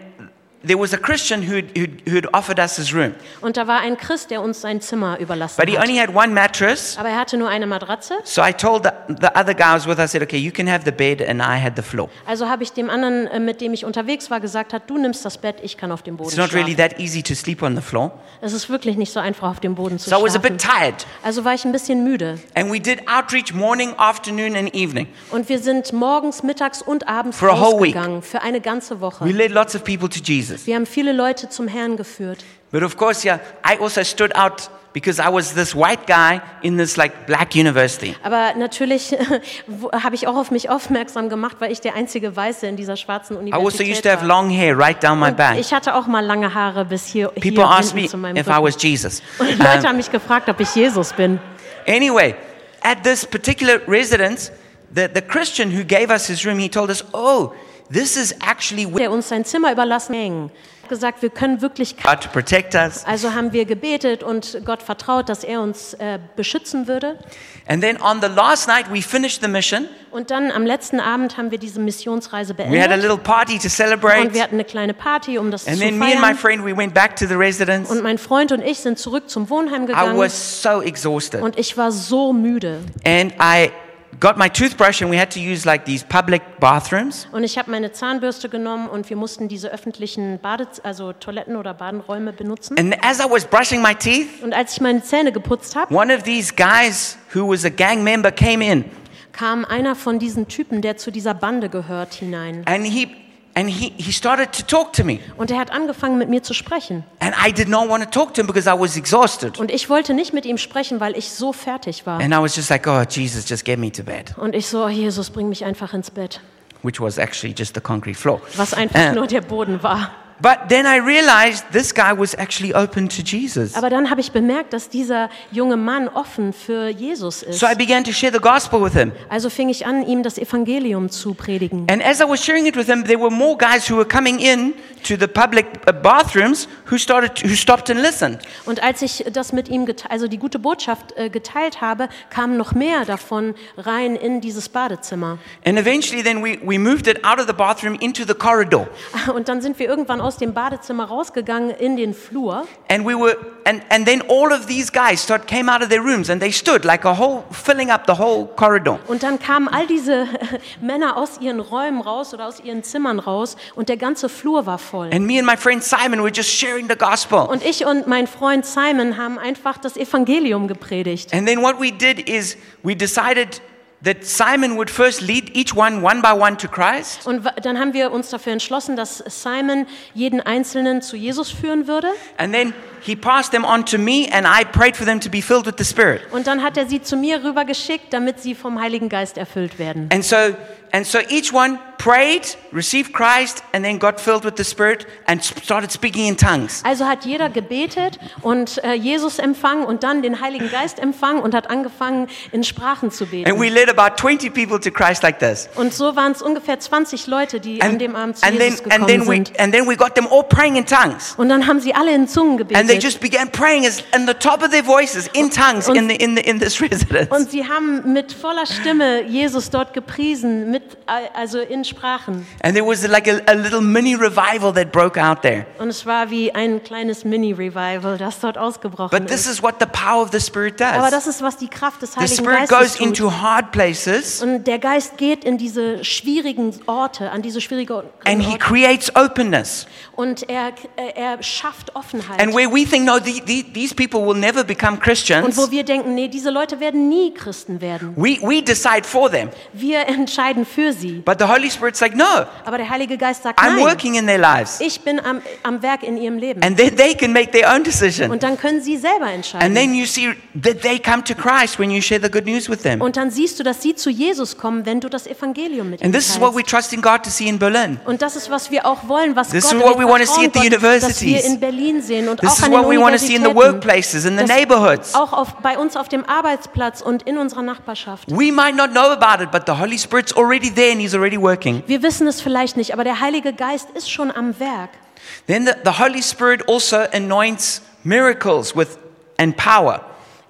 [SPEAKER 1] there was a Christian who'd, who'd, who'd offered us his room,
[SPEAKER 2] Und da war ein Christ, der uns sein Zimmer überlassen
[SPEAKER 1] but he
[SPEAKER 2] hat.
[SPEAKER 1] only had one mattress.
[SPEAKER 2] Aber er hatte nur eine Matratze.
[SPEAKER 1] So I told the, the other guy I was with, I said, okay, you can have the bed, and I had the floor.
[SPEAKER 2] Also habe ich dem anderen, äh, mit dem ich unterwegs war, gesagt, hat, du nimmst das Bett, ich kann auf dem Boden
[SPEAKER 1] It's not really
[SPEAKER 2] schlafen.
[SPEAKER 1] that easy to sleep on the floor,
[SPEAKER 2] Es ist wirklich nicht so einfach, auf dem Boden zu
[SPEAKER 1] so I was a bit
[SPEAKER 2] schlafen.
[SPEAKER 1] tired.
[SPEAKER 2] Also war ich ein bisschen müde.
[SPEAKER 1] And we did outreach morning, afternoon, and evening.
[SPEAKER 2] Und wir sind morgens, mittags und abends
[SPEAKER 1] For a whole week.
[SPEAKER 2] rausgegangen für eine ganze
[SPEAKER 1] We
[SPEAKER 2] Woche.
[SPEAKER 1] led lots of people to Jesus,
[SPEAKER 2] Wir haben viele Leute zum Herrn geführt.
[SPEAKER 1] but of course, yeah, I also stood out because I was this white guy in this like black university.
[SPEAKER 2] Aber natürlich wo- habe ich auch auf mich aufmerksam gemacht, weil ich der einzige Weiße in dieser schwarzen
[SPEAKER 1] I
[SPEAKER 2] Universität
[SPEAKER 1] also used to have
[SPEAKER 2] war.
[SPEAKER 1] long hair right down my
[SPEAKER 2] Und
[SPEAKER 1] back.
[SPEAKER 2] Ich hatte auch mal lange Haare bis hier,
[SPEAKER 1] People
[SPEAKER 2] hier
[SPEAKER 1] asked
[SPEAKER 2] hinten
[SPEAKER 1] me
[SPEAKER 2] zu meinem
[SPEAKER 1] if I um,
[SPEAKER 2] Rücken.
[SPEAKER 1] was Jesus.
[SPEAKER 2] Und Leute haben mich gefragt, ob ich Jesus bin.
[SPEAKER 1] Anyway, at this particular residence, the, the Christian who gave us his room, he told us, oh, this is actually where
[SPEAKER 2] Der uns sein Zimmer überlassen hängen. Hat gesagt, wir können wirklich. ka-
[SPEAKER 1] God to protect us.
[SPEAKER 2] Also haben wir gebetet und Gott vertraut, dass er uns äh, beschützen würde.
[SPEAKER 1] And then on the last night, we finished the mission.
[SPEAKER 2] Und dann am letzten Abend haben wir diese Missionsreise
[SPEAKER 1] We had a
[SPEAKER 2] beendet.
[SPEAKER 1] little party to
[SPEAKER 2] Und
[SPEAKER 1] celebrate.
[SPEAKER 2] wir hatten eine kleine Party, um das
[SPEAKER 1] And
[SPEAKER 2] zu
[SPEAKER 1] then me and my
[SPEAKER 2] feiern.
[SPEAKER 1] friend, we went back to the residence.
[SPEAKER 2] Und mein Freund und ich sind zurück zum Wohnheim
[SPEAKER 1] I
[SPEAKER 2] gegangen.
[SPEAKER 1] was so exhausted.
[SPEAKER 2] Und ich war so müde.
[SPEAKER 1] And I got my toothbrush and we had to use like these public bathrooms.
[SPEAKER 2] Und ich habe meine Zahnbürste genommen und wir mussten diese öffentlichen Bade also Toiletten oder Badenräume benutzen.
[SPEAKER 1] And as I was brushing my teeth,
[SPEAKER 2] Und als ich meine Zähne geputzt habe,
[SPEAKER 1] One of these guys who was a gang member came in
[SPEAKER 2] kam einer von diesen Typen, der zu dieser Bande gehört, hinein.
[SPEAKER 1] and he and he, he started to talk to me.
[SPEAKER 2] Und er hat angefangen, mit mir zu sprechen.
[SPEAKER 1] And I did not want to talk to him because I was exhausted.
[SPEAKER 2] Und ich wollte nicht mit ihm sprechen, weil ich so fertig war.
[SPEAKER 1] And I was just like, oh, Jesus, just get me to bed,
[SPEAKER 2] Und ich so, oh Jesus, bring mich einfach ins Bett.
[SPEAKER 1] which was actually just the concrete floor.
[SPEAKER 2] Was einfach
[SPEAKER 1] Uh,
[SPEAKER 2] nur der Boden war.
[SPEAKER 1] but then I realized this guy was actually open to Jesus.
[SPEAKER 2] Aber dann habe ich bemerkt, dass dieser junge Mann offen für Jesus ist.
[SPEAKER 1] So I began to share the gospel with him.
[SPEAKER 2] Also fing ich an, ihm das Evangelium zu predigen.
[SPEAKER 1] And as I was sharing it with him, there were more guys who were coming in to the public uh, bathrooms who started to, who stopped and listened.
[SPEAKER 2] Und als ich das mit ihm, gete- also die gute Botschaft äh, geteilt habe, kamen noch mehr davon rein in dieses Badezimmer.
[SPEAKER 1] And eventually then we, we moved it out of the bathroom into the corridor.
[SPEAKER 2] Und dann sind wir irgendwann aus dem Badezimmer rausgegangen in den Flur.
[SPEAKER 1] And we were, and, and then all of these guys start, came out of their rooms and they stood like a whole, filling up the whole corridor.
[SPEAKER 2] Und dann kamen all diese Männer aus ihren Räumen raus oder aus ihren Zimmern raus. Und der ganze Flur war voll.
[SPEAKER 1] And me and my friend Simon were just sharing the gospel.
[SPEAKER 2] Und ich und mein Freund Simon haben einfach das Evangelium gepredigt.
[SPEAKER 1] And then what we did is we decided that Simon would first lead each one one by one to Christ.
[SPEAKER 2] Und wa- dann haben wir uns dafür entschlossen, dass Simon jeden Einzelnen zu Jesus führen würde.
[SPEAKER 1] And then he passed them on to me, and I prayed for them to be filled with the Spirit.
[SPEAKER 2] Und dann hat er sie zu mir rübergeschickt, damit sie vom Heiligen Geist erfüllt werden.
[SPEAKER 1] And so, and so each one prayed, received Christ, and then got filled with the Spirit and s- started speaking in tongues.
[SPEAKER 2] Also hat jeder gebetet und äh, Jesus empfangen und dann den Heiligen Geist empfangen und hat angefangen, in Sprachen zu
[SPEAKER 1] And
[SPEAKER 2] beten.
[SPEAKER 1] we led about 20 people to Christ like this.
[SPEAKER 2] Und so waren es ungefähr 20 Leute, die an
[SPEAKER 1] And,
[SPEAKER 2] dem Abend zu
[SPEAKER 1] and then,
[SPEAKER 2] Jesus
[SPEAKER 1] and,
[SPEAKER 2] gekommen
[SPEAKER 1] then we,
[SPEAKER 2] sind.
[SPEAKER 1] and then we got them all praying in tongues.
[SPEAKER 2] Und dann haben sie alle in Zungen
[SPEAKER 1] And they
[SPEAKER 2] gebetet.
[SPEAKER 1] just began praying as, in the top of their voices, in tongues, in, the, in, the, in this residence.
[SPEAKER 2] Und sie haben mit voller Stimme Jesus dort gepriesen, mit, also in Sprachen.
[SPEAKER 1] And there was like a, a little mini revival that broke out there.
[SPEAKER 2] Und es war wie ein kleines Mini-Revival, das dort ausgebrochen
[SPEAKER 1] But this
[SPEAKER 2] ist.
[SPEAKER 1] is what the power of the Spirit
[SPEAKER 2] Aber
[SPEAKER 1] does.
[SPEAKER 2] das ist, was die Kraft des
[SPEAKER 1] The
[SPEAKER 2] Heiligen
[SPEAKER 1] Spirit goes
[SPEAKER 2] Geistes tut.
[SPEAKER 1] into hard places
[SPEAKER 2] Und der Geist geht in diese schwierigen Orte, an diese schwierigen
[SPEAKER 1] and He
[SPEAKER 2] Orte.
[SPEAKER 1] creates openness.
[SPEAKER 2] Und er, er schafft Offenheit.
[SPEAKER 1] And where we think, no, the, the, these people will never become
[SPEAKER 2] Und
[SPEAKER 1] Christians,
[SPEAKER 2] wo wir denken, nee, diese Leute werden nie Christen werden.
[SPEAKER 1] we, we decide for them.
[SPEAKER 2] Wir entscheiden für sie.
[SPEAKER 1] But the Holy Spirit's like, no,
[SPEAKER 2] Aber der Heilige Geist sagt,
[SPEAKER 1] I'm
[SPEAKER 2] nein,
[SPEAKER 1] working in their lives.
[SPEAKER 2] ich bin am, am Werk in ihrem Leben.
[SPEAKER 1] And then they can make their own decision.
[SPEAKER 2] Und dann können sie selber
[SPEAKER 1] And
[SPEAKER 2] entscheiden.
[SPEAKER 1] then you see that they come to Christ when you share the good news with them.
[SPEAKER 2] Und dann siehst du, dass sie zu Jesus kommen, wenn du das Evangelium mit ihnen
[SPEAKER 1] And this is what we
[SPEAKER 2] teilst.
[SPEAKER 1] trust in God to see in Berlin.
[SPEAKER 2] Und das ist, was wir auch wollen, was
[SPEAKER 1] This
[SPEAKER 2] Gott
[SPEAKER 1] is
[SPEAKER 2] im
[SPEAKER 1] what we wanna
[SPEAKER 2] Vertrauen
[SPEAKER 1] see at the
[SPEAKER 2] Gottes, dass wir
[SPEAKER 1] universities.
[SPEAKER 2] in Berlin sehen und
[SPEAKER 1] This
[SPEAKER 2] auch
[SPEAKER 1] is
[SPEAKER 2] an
[SPEAKER 1] what
[SPEAKER 2] den
[SPEAKER 1] we want to see in the
[SPEAKER 2] Universitäten.
[SPEAKER 1] workplaces, in the
[SPEAKER 2] Das-
[SPEAKER 1] neighborhoods.
[SPEAKER 2] Auch auf, bei uns auf dem Arbeitsplatz und in unserer Nachbarschaft.
[SPEAKER 1] We might not know about it, but the Holy Spirit's already there and He's already working.
[SPEAKER 2] Wir wissen es vielleicht nicht, aber der Heilige Geist ist schon am Werk.
[SPEAKER 1] Then the, the Holy Spirit also anoints miracles with and power.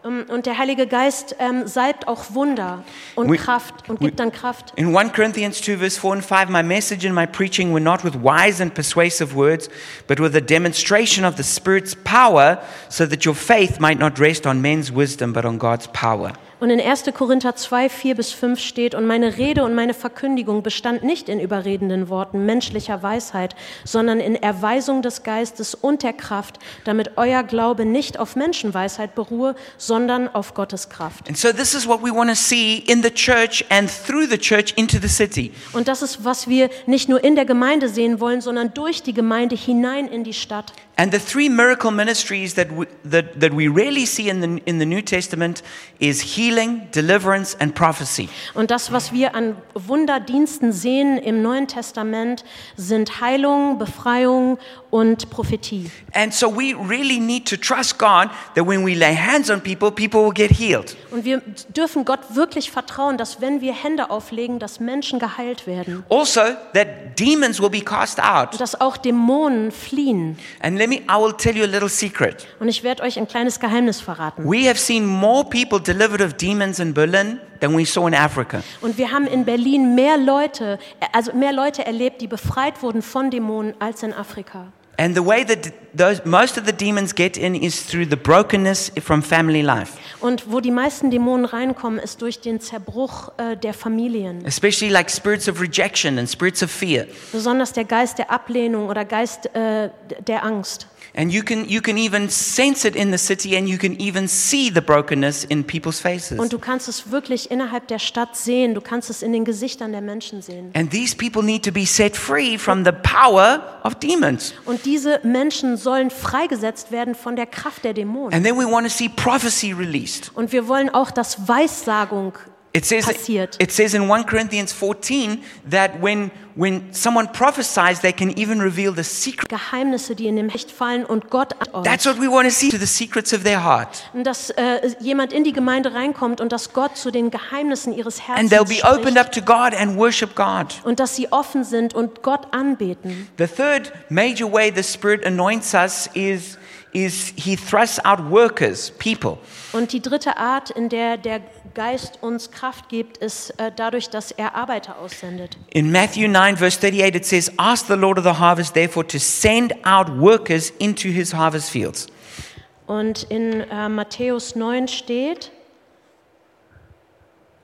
[SPEAKER 2] Ähm, Und der Heilige Geist ähm, salbt auch Wunder und
[SPEAKER 1] We-
[SPEAKER 2] Kraft und gibt dann Kraft.
[SPEAKER 1] In 1 Corinthians 2, verse 4 and 5, my message and my preaching were not with wise and persuasive words, but with a demonstration of the Spirit's power, so that your faith might not rest on men's wisdom, but on God's power.
[SPEAKER 2] Und in 1. Korinther 2, 4 bis 5 steht, und meine Rede und meine Verkündigung bestand nicht in überredenden Worten menschlicher Weisheit, sondern in Erweisung des Geistes und der Kraft, damit euer Glaube nicht auf Menschenweisheit beruhe, sondern auf Gottes Kraft.
[SPEAKER 1] And so, this is what we want to see in the church and through the church into the city.
[SPEAKER 2] Und das ist, was wir nicht nur in der Gemeinde sehen wollen, sondern durch die Gemeinde hinein in die Stadt.
[SPEAKER 1] And the three miracle ministries that we, that, that we rarely see in the, in the New Testament is healing, deliverance, and prophecy.
[SPEAKER 2] Und das, was wir an Wunderdiensten sehen im Neuen Testament, sind Heilung, Befreiung und Prophetie.
[SPEAKER 1] And so we really need to trust God that when we lay hands on people, people will get healed.
[SPEAKER 2] Und wir dürfen Gott wirklich vertrauen, dass wenn wir Hände auflegen, dass Menschen geheilt werden.
[SPEAKER 1] Also, that demons will be cast out.
[SPEAKER 2] Und dass auch Dämonen fliehen.
[SPEAKER 1] And let me, I will tell you a little secret.
[SPEAKER 2] Und ich werde euch ein kleines Geheimnis verraten.
[SPEAKER 1] We have seen more people delivered of demons in Berlin than we saw in Africa.
[SPEAKER 2] Und wir haben in Berlin mehr Leute, also mehr Leute erlebt, die befreit wurden von Dämonen als in Afrika.
[SPEAKER 1] And the way that those, most of the demons get in is through the brokenness from family life,
[SPEAKER 2] Und wo die meisten Dämonen reinkommen, ist durch den Zerbruch äh, der Familien.
[SPEAKER 1] especially like spirits of rejection and spirits of fear.
[SPEAKER 2] Besonders der Geist der Ablehnung oder Geist äh, der Angst.
[SPEAKER 1] And you can, you can even sense it in the city and you can even see the brokenness in people's faces.
[SPEAKER 2] Und du kannst es wirklich innerhalb der Stadt sehen. Du kannst es in den Gesichtern der Menschen sehen.
[SPEAKER 1] And these people need to be set free from the power of demons.
[SPEAKER 2] Und diese Menschen sollen freigesetzt werden von der Kraft der Dämonen.
[SPEAKER 1] And then we want to see prophecy released.
[SPEAKER 2] Und wir wollen auch, dass Weissagung
[SPEAKER 1] It says,
[SPEAKER 2] passiert.
[SPEAKER 1] it says in 1 Corinthians 14 that when, when someone prophesies, they can even reveal the secret.
[SPEAKER 2] Geheimnisse, die in dem Hecht fallen und Gott
[SPEAKER 1] That's
[SPEAKER 2] euch.
[SPEAKER 1] what we want to see to the secrets of their heart.
[SPEAKER 2] Und dass äh, jemand in die Gemeinde reinkommt und dass Gott zu den Geheimnissen ihres
[SPEAKER 1] And they'll
[SPEAKER 2] Herzens
[SPEAKER 1] be opened
[SPEAKER 2] spricht.
[SPEAKER 1] up to God and worship God.
[SPEAKER 2] Und dass sie offen sind und Gott anbeten.
[SPEAKER 1] The third major way the Spirit anoints us is, is He thrusts out workers, people.
[SPEAKER 2] Und die dritte Art, in der der Geist uns Kraft gibt, ist äh, dadurch, dass er Arbeiter aussendet.
[SPEAKER 1] In Matthew 9, verse 38, it says, Ask the Lord of the harvest, therefore, to send out workers into his harvest fields.
[SPEAKER 2] Und in äh, Matthäus 9 steht,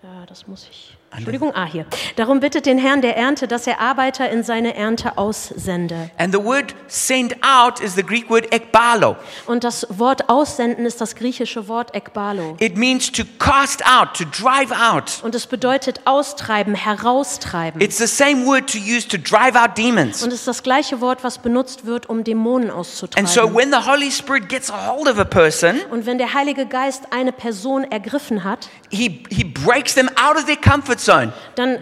[SPEAKER 2] Ja, das muss ich. Entschuldigung, ah, hier. Darum bittet den Herrn der Ernte, dass er Arbeiter in seine Ernte aussende.
[SPEAKER 1] And the word send out is the Greek word ekbalo.
[SPEAKER 2] Und das Wort aussenden ist das griechische Wort ekbalo.
[SPEAKER 1] It means to cast out, to drive out.
[SPEAKER 2] Und es bedeutet austreiben, heraustreiben.
[SPEAKER 1] It's the same word to use to drive out demons.
[SPEAKER 2] Und es ist das gleiche Wort, was benutzt wird, um Dämonen
[SPEAKER 1] And
[SPEAKER 2] auszutreiben.
[SPEAKER 1] so when the Holy Spirit gets a hold of a person,
[SPEAKER 2] Und wenn der Heilige Geist eine Person ergriffen hat,
[SPEAKER 1] he, he breaks them out of their comfort zone
[SPEAKER 2] dann äh,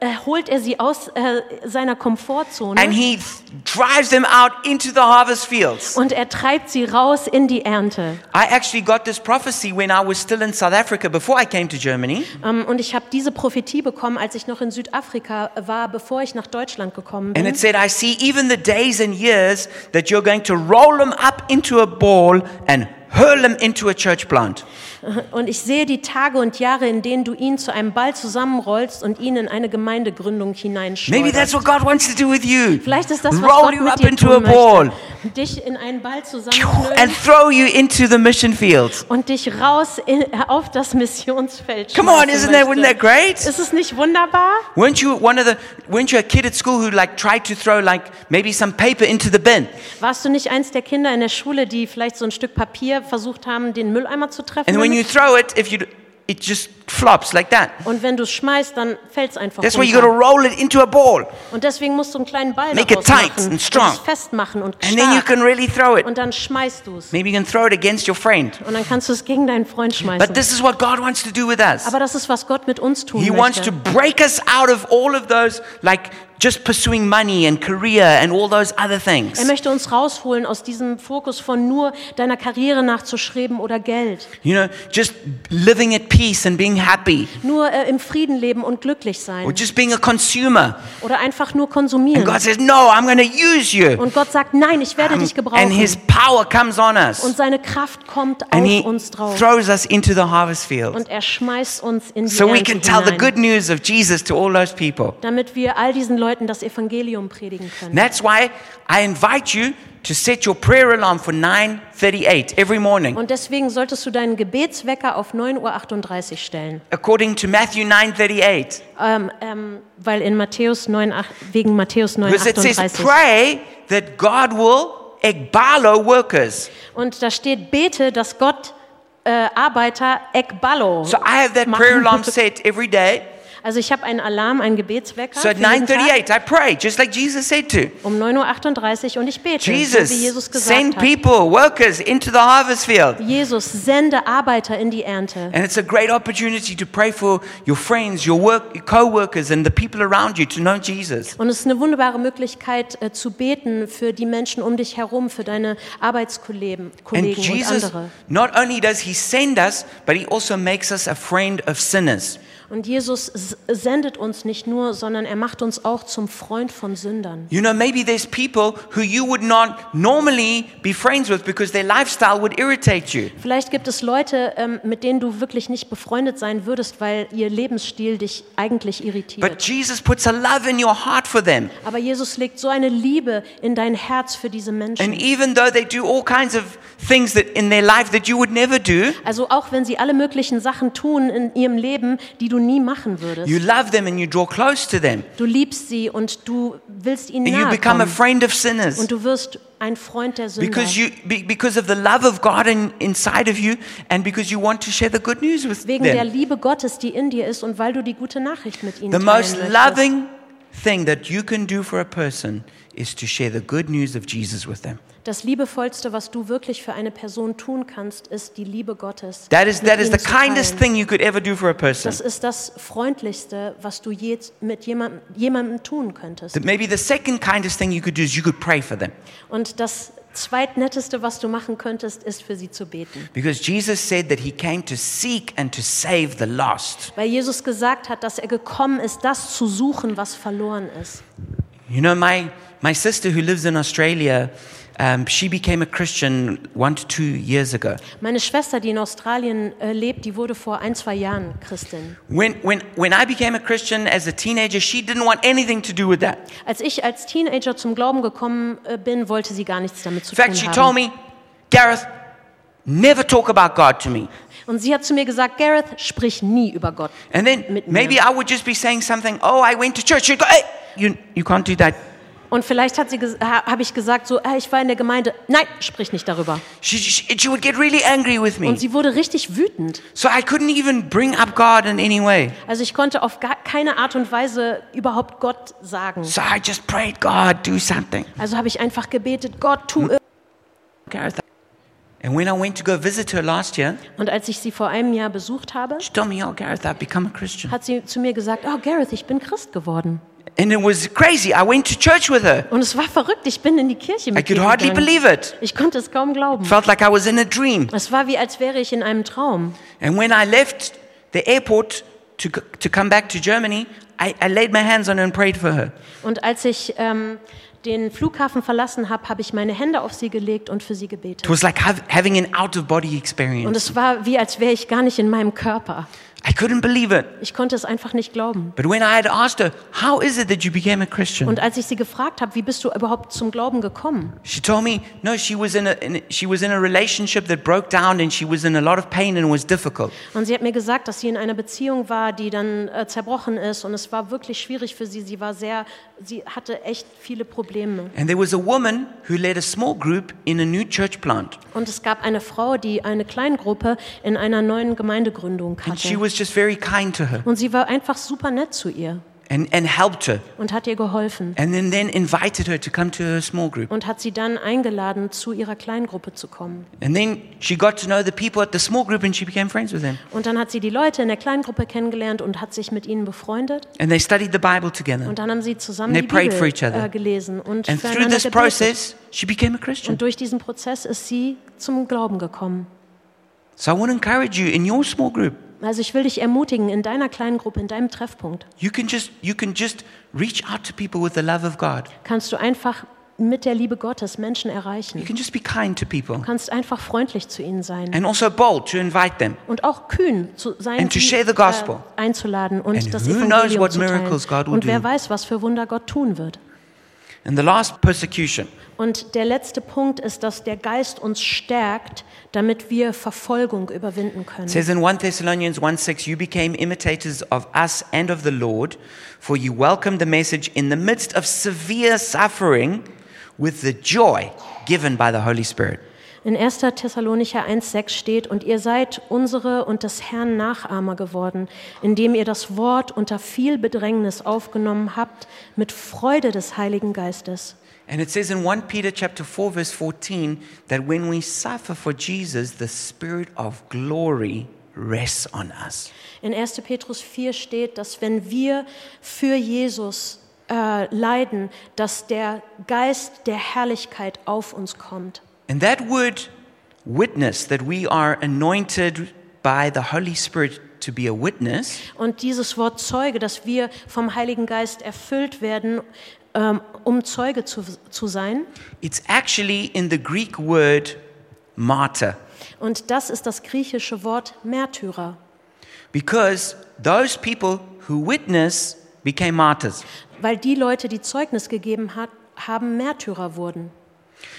[SPEAKER 2] äh, holt er sie aus äh, seiner Komfortzone
[SPEAKER 1] and he th- drives them out into the harvest fields.
[SPEAKER 2] und er treibt sie raus in die Ernte.
[SPEAKER 1] I actually got this prophecy when I was still in South Africa before I came to Germany.
[SPEAKER 2] Ähm, und ich habe diese Prophetie bekommen, als ich noch in Südafrika war, bevor ich nach Deutschland gekommen
[SPEAKER 1] And
[SPEAKER 2] bin.
[SPEAKER 1] it said, I see even the days and years that you're going to roll them up into a ball and hurl them into a church plant.
[SPEAKER 2] Und ich sehe die Tage und Jahre, in denen du ihn zu einem Ball zusammenrollst und ihn in eine Gemeindegründung
[SPEAKER 1] Maybe that's
[SPEAKER 2] hineinschleuderst.
[SPEAKER 1] what God wants to do with you.
[SPEAKER 2] Vielleicht ist das, was
[SPEAKER 1] roll
[SPEAKER 2] Gott
[SPEAKER 1] you up
[SPEAKER 2] mit dir
[SPEAKER 1] into a
[SPEAKER 2] tun
[SPEAKER 1] ball
[SPEAKER 2] möchte. Dich in einen Ball
[SPEAKER 1] and
[SPEAKER 2] zusammenknüllen
[SPEAKER 1] throw you into the mission field.
[SPEAKER 2] und dich raus in, auf das Missionsfeld
[SPEAKER 1] Come on,
[SPEAKER 2] schmeißen
[SPEAKER 1] isn't that, isn't that
[SPEAKER 2] möchte.
[SPEAKER 1] great?
[SPEAKER 2] Ist es nicht wunderbar?
[SPEAKER 1] Weren't you one of the weren't you a kid at school who like tried to throw like maybe some paper into the bin?
[SPEAKER 2] Warst du nicht eins der Kinder in der Schule, die vielleicht so ein Stück Papier versucht haben, den Mülleimer zu treffen?
[SPEAKER 1] And when you
[SPEAKER 2] damit?
[SPEAKER 1] throw it, if you it just flops like that.
[SPEAKER 2] und wenn du es schmeißt, dann fällt es einfach
[SPEAKER 1] That's why you got to
[SPEAKER 2] runter.
[SPEAKER 1] roll it into a ball,
[SPEAKER 2] Und deswegen musst du einen kleinen Ball
[SPEAKER 1] Make
[SPEAKER 2] daraus
[SPEAKER 1] it tight
[SPEAKER 2] machen,
[SPEAKER 1] and strong.
[SPEAKER 2] und es festmachen und
[SPEAKER 1] and then you
[SPEAKER 2] stark.
[SPEAKER 1] can really throw it.
[SPEAKER 2] Und dann schmeißt du es.
[SPEAKER 1] Maybe you can throw it against your friend.
[SPEAKER 2] Und dann kannst du es gegen deinen Freund schmeißen.
[SPEAKER 1] But this is what God wants to do with us.
[SPEAKER 2] Aber das ist, was Gott mit uns tun
[SPEAKER 1] He wants to
[SPEAKER 2] möchte.
[SPEAKER 1] break us out of all of those, like just pursuing money and career and all those other
[SPEAKER 2] Er
[SPEAKER 1] things.
[SPEAKER 2] möchte uns rausholen aus diesem Fokus von nur deiner Karriere nachzuschreiben oder Geld.
[SPEAKER 1] You know, just living at peace and being happy,
[SPEAKER 2] Nur äh, im Frieden leben und glücklich
[SPEAKER 1] or
[SPEAKER 2] sein.
[SPEAKER 1] just being a consumer.
[SPEAKER 2] Oder einfach nur
[SPEAKER 1] And
[SPEAKER 2] konsumieren.
[SPEAKER 1] God says, No, I'm going to use you.
[SPEAKER 2] Und Gott sagt, nein, ich werde dich
[SPEAKER 1] um, And His
[SPEAKER 2] gebrauchen.
[SPEAKER 1] power comes on
[SPEAKER 2] Und
[SPEAKER 1] us.
[SPEAKER 2] seine Kraft kommt
[SPEAKER 1] And He
[SPEAKER 2] auf uns drauf.
[SPEAKER 1] throws us into the harvest field.
[SPEAKER 2] Und er schmeißt uns in die
[SPEAKER 1] So we
[SPEAKER 2] Ernte
[SPEAKER 1] can tell the
[SPEAKER 2] hinein,
[SPEAKER 1] good news of Jesus to all those people.
[SPEAKER 2] damit wir all diesen Leuten das Evangelium predigen können.
[SPEAKER 1] And that's why I invite you to set your prayer alarm for 9:38 every morning.
[SPEAKER 2] Und deswegen solltest du deinen Gebetswecker auf 9.38 Uhr stellen.
[SPEAKER 1] according to Matthew 9:38,
[SPEAKER 2] Ähm, ähm, weil in Matthäus 9, ach- wegen Matthäus
[SPEAKER 1] because it says,
[SPEAKER 2] 9,38.
[SPEAKER 1] "Pray that God will ekbalo workers."
[SPEAKER 2] Und da steht, bete, dass Gott äh, Arbeiter ekballo.
[SPEAKER 1] So I have that
[SPEAKER 2] machen.
[SPEAKER 1] prayer alarm set every day.
[SPEAKER 2] Also ich habe einen Alarm, einen Gebetswecker.
[SPEAKER 1] So at
[SPEAKER 2] für jeden Tag
[SPEAKER 1] 9:38, I pray, just like Jesus said to.
[SPEAKER 2] Um 9.38 Uhr und ich bete, so wie
[SPEAKER 1] Jesus,
[SPEAKER 2] Jesus gesagt
[SPEAKER 1] send
[SPEAKER 2] hat.
[SPEAKER 1] people, workers, into the harvest field.
[SPEAKER 2] Jesus, sende Arbeiter in die Ernte.
[SPEAKER 1] And it's a great opportunity to pray for your friends, your work, your co-workers, and the people around you to know Jesus.
[SPEAKER 2] Und es ist eine wunderbare Möglichkeit äh, zu beten für die Menschen um dich herum, für deine Arbeitskollegen
[SPEAKER 1] And
[SPEAKER 2] Kollegen und
[SPEAKER 1] Jesus,
[SPEAKER 2] andere.
[SPEAKER 1] not only does he send us, but he also makes us a friend of sinners.
[SPEAKER 2] Und Jesus s- sendet uns nicht nur, sondern er macht uns auch zum Freund von Sündern.
[SPEAKER 1] You know, maybe there's people who you would not normally be friends with because their lifestyle would irritate you.
[SPEAKER 2] Vielleicht gibt es Leute, ähm, mit denen du wirklich nicht befreundet sein würdest, weil ihr Lebensstil dich eigentlich
[SPEAKER 1] But
[SPEAKER 2] irritiert.
[SPEAKER 1] Jesus puts a love in your heart for them.
[SPEAKER 2] Aber Jesus legt so eine Liebe in dein Herz für diese
[SPEAKER 1] And
[SPEAKER 2] Menschen.
[SPEAKER 1] even though they do all kinds of things that in their life that you would never do,
[SPEAKER 2] Also auch wenn sie alle möglichen Sachen tun in ihrem Leben, die du nie machen würdest.
[SPEAKER 1] you love them and you draw close to them.
[SPEAKER 2] Du liebst sie und du willst ihnen
[SPEAKER 1] And you
[SPEAKER 2] nahe
[SPEAKER 1] become a
[SPEAKER 2] kommen.
[SPEAKER 1] friend of sinners.
[SPEAKER 2] Und du wirst ein Freund der Sünder.
[SPEAKER 1] Because you be- because of the love of God in, inside of you and because you want to share the good news with
[SPEAKER 2] Wegen der
[SPEAKER 1] them.
[SPEAKER 2] Liebe Gottes, die in dir ist und weil du die gute Nachricht mit ihnen
[SPEAKER 1] The most
[SPEAKER 2] teilen möchtest.
[SPEAKER 1] loving thing that you can do for a person is to share the good news of Jesus with them.
[SPEAKER 2] Das liebevollste, was du wirklich für eine Person tun kannst, ist die Liebe Gottes.
[SPEAKER 1] That is,
[SPEAKER 2] mit
[SPEAKER 1] that is
[SPEAKER 2] ihnen
[SPEAKER 1] the
[SPEAKER 2] zu teilen.
[SPEAKER 1] kindest thing you could ever do for a person.
[SPEAKER 2] Das ist das Freundlichste, was du je mit jemandem, jemandem tun könntest.
[SPEAKER 1] That Maybe the second kindest thing you could do is you could pray for them.
[SPEAKER 2] Und das Zweitnetteste, was du machen könntest, ist für sie zu beten.
[SPEAKER 1] Because Jesus said that he came to seek and to save the lost.
[SPEAKER 2] Weil Jesus gesagt hat, dass er gekommen ist, das zu suchen, was verloren ist.
[SPEAKER 1] You know, my, my sister who lives in Australia, um, she became a Christian one to two years ago.
[SPEAKER 2] Meine Schwester, die in Australien äh, lebt, die wurde vor ein, zwei Jahren Christin.
[SPEAKER 1] When, when, when I became a Christian as a teenager, she didn't want anything to do with that.
[SPEAKER 2] Als ich als Teenager zum Glauben gekommen äh, bin, wollte sie gar nichts damit zu
[SPEAKER 1] In fact,
[SPEAKER 2] tun
[SPEAKER 1] she
[SPEAKER 2] haben.
[SPEAKER 1] told me, Gareth, never talk about God to me.
[SPEAKER 2] Und sie hat zu mir gesagt, Gareth, sprich nie über Gott.
[SPEAKER 1] And then
[SPEAKER 2] Mit mir.
[SPEAKER 1] maybe I would just be saying something, oh, I went to church. You go, hey, you, you can't do that.
[SPEAKER 2] Und vielleicht hat sie ges- ha- habe ich gesagt, so, ah, ich war in der Gemeinde. Nein, sprich nicht darüber.
[SPEAKER 1] She, she, she would get really angry with me.
[SPEAKER 2] Und sie wurde richtig wütend.
[SPEAKER 1] So I couldn't even bring up God in any way.
[SPEAKER 2] Also ich konnte auf gar keine Art und Weise überhaupt Gott sagen.
[SPEAKER 1] So I just prayed, God, do something.
[SPEAKER 2] Also habe ich einfach gebetet, Gott, tu
[SPEAKER 1] Hm.
[SPEAKER 2] es.
[SPEAKER 1] Gareth. And when I went to go visit her last year,
[SPEAKER 2] Und als ich sie vor einem Jahr besucht habe,
[SPEAKER 1] she told me, oh, Gareth, I've become a Christian.
[SPEAKER 2] hat sie zu mir gesagt, oh Gareth, ich bin Christ geworden.
[SPEAKER 1] And it was crazy. I went to church with her.
[SPEAKER 2] Und es war verrückt, ich bin in die Kirche
[SPEAKER 1] I
[SPEAKER 2] mit
[SPEAKER 1] could
[SPEAKER 2] ihr
[SPEAKER 1] hardly
[SPEAKER 2] gegangen.
[SPEAKER 1] believe it.
[SPEAKER 2] Ich konnte es kaum glauben.
[SPEAKER 1] Felt like I was in a dream.
[SPEAKER 2] Es war wie, als wäre ich in einem Traum.
[SPEAKER 1] And when I left the airport to, c- to come back to Germany, I, I laid my hands on her and prayed for her.
[SPEAKER 2] Und als ich ähm, den Flughafen verlassen habe, habe ich meine Hände auf sie gelegt und für sie
[SPEAKER 1] It
[SPEAKER 2] gebetet.
[SPEAKER 1] was like hav- having an out of body
[SPEAKER 2] Und
[SPEAKER 1] experience.
[SPEAKER 2] es war wie, als wäre ich gar nicht in meinem Körper.
[SPEAKER 1] I couldn't believe it.
[SPEAKER 2] Ich konnte es einfach nicht glauben.
[SPEAKER 1] But when I had asked her, How is it that you became a Christian?
[SPEAKER 2] Und als ich sie gefragt habe, wie bist du überhaupt zum Glauben gekommen?
[SPEAKER 1] She told me, No, she was in a, in a, she was in a relationship that broke down and she was in a lot of pain and it was difficult.
[SPEAKER 2] Und sie hat mir gesagt, dass sie in einer Beziehung war, die dann äh, zerbrochen ist. Und es war wirklich schwierig für sie. Sie war sehr, sie hatte echt viele Probleme.
[SPEAKER 1] And there was a woman who led a small group in a new church plant.
[SPEAKER 2] Und es gab eine Frau, die eine Kleingruppe in einer neuen Gemeindegründung
[SPEAKER 1] And she
[SPEAKER 2] hatte.
[SPEAKER 1] was just very kind to her
[SPEAKER 2] Und sie war einfach super nett zu ihr
[SPEAKER 1] and, and helped her.
[SPEAKER 2] und hat ihr geholfen.
[SPEAKER 1] And then, then invited her to come to her small group.
[SPEAKER 2] Und hat sie dann eingeladen, zu ihrer Kleingruppe zu kommen.
[SPEAKER 1] And then she got to know the people at the small group and she became friends with them.
[SPEAKER 2] Und dann hat sie die Leute in der Kleingruppe kennengelernt und hat sich mit ihnen befreundet.
[SPEAKER 1] And they studied the Bible together.
[SPEAKER 2] Und dann haben sie zusammen
[SPEAKER 1] And they
[SPEAKER 2] die
[SPEAKER 1] prayed for
[SPEAKER 2] Bibel
[SPEAKER 1] each other.
[SPEAKER 2] äh, gelesen und
[SPEAKER 1] And through
[SPEAKER 2] füreinander
[SPEAKER 1] this
[SPEAKER 2] gebetet.
[SPEAKER 1] process, she became a Christian.
[SPEAKER 2] Und durch diesen Prozess ist sie zum Glauben gekommen.
[SPEAKER 1] So I want to encourage you in your small group,
[SPEAKER 2] Also ich will dich ermutigen, in deiner kleinen Gruppe, in deinem Treffpunkt,
[SPEAKER 1] you can just you can just reach out to people with the love of God.
[SPEAKER 2] kannst du einfach mit der Liebe Gottes Menschen
[SPEAKER 1] You
[SPEAKER 2] erreichen.
[SPEAKER 1] can just be kind to people
[SPEAKER 2] Du kannst einfach freundlich zu ihnen sein
[SPEAKER 1] and also bold to invite them.
[SPEAKER 2] und auch kühn zu sein,
[SPEAKER 1] And to
[SPEAKER 2] die,
[SPEAKER 1] share the gospel.
[SPEAKER 2] Äh, einzuladen und
[SPEAKER 1] And
[SPEAKER 2] das
[SPEAKER 1] who
[SPEAKER 2] Evangelium
[SPEAKER 1] knows what
[SPEAKER 2] zu teilen.
[SPEAKER 1] miracles God will
[SPEAKER 2] und wer
[SPEAKER 1] do.
[SPEAKER 2] weiß, was für Wunder Gott tun wird.
[SPEAKER 1] And the last persecution.
[SPEAKER 2] Und der letzte Punkt ist, dass der Geist uns stärkt, damit wir Verfolgung überwinden können.
[SPEAKER 1] It says in 1 Thessalonians 1 6, you became imitators of us and of the Lord, for you welcomed the message in the midst of severe suffering with the joy given by the Holy Spirit.
[SPEAKER 2] In 1. Thessalonicher 1,6 steht: Und ihr seid unsere und des Herrn Nachahmer geworden, indem ihr das Wort unter viel Bedrängnis aufgenommen habt, mit Freude des Heiligen Geistes.
[SPEAKER 1] And it says in 1 Peter chapter 4 verse 14 that when we suffer for Jesus the spirit of glory rests on us.
[SPEAKER 2] In 1. Petrus 4 steht, dass wenn wir für Jesus äh, leiden, dass der Geist der Herrlichkeit auf uns kommt.
[SPEAKER 1] And that word witness that we are anointed by the Holy Spirit to be a witness
[SPEAKER 2] Und dieses Wort Zeuge, dass wir vom Heiligen Geist erfüllt werden, ähm, um Zeuge zu, zu sein.
[SPEAKER 1] it's actually in the Greek word martyr
[SPEAKER 2] Und das ist das griechische Wort Märtyrer.
[SPEAKER 1] because those people who witness became martyrs.
[SPEAKER 2] Weil die Leute, die Zeugnis gegeben hat, haben, Märtyrer wurden.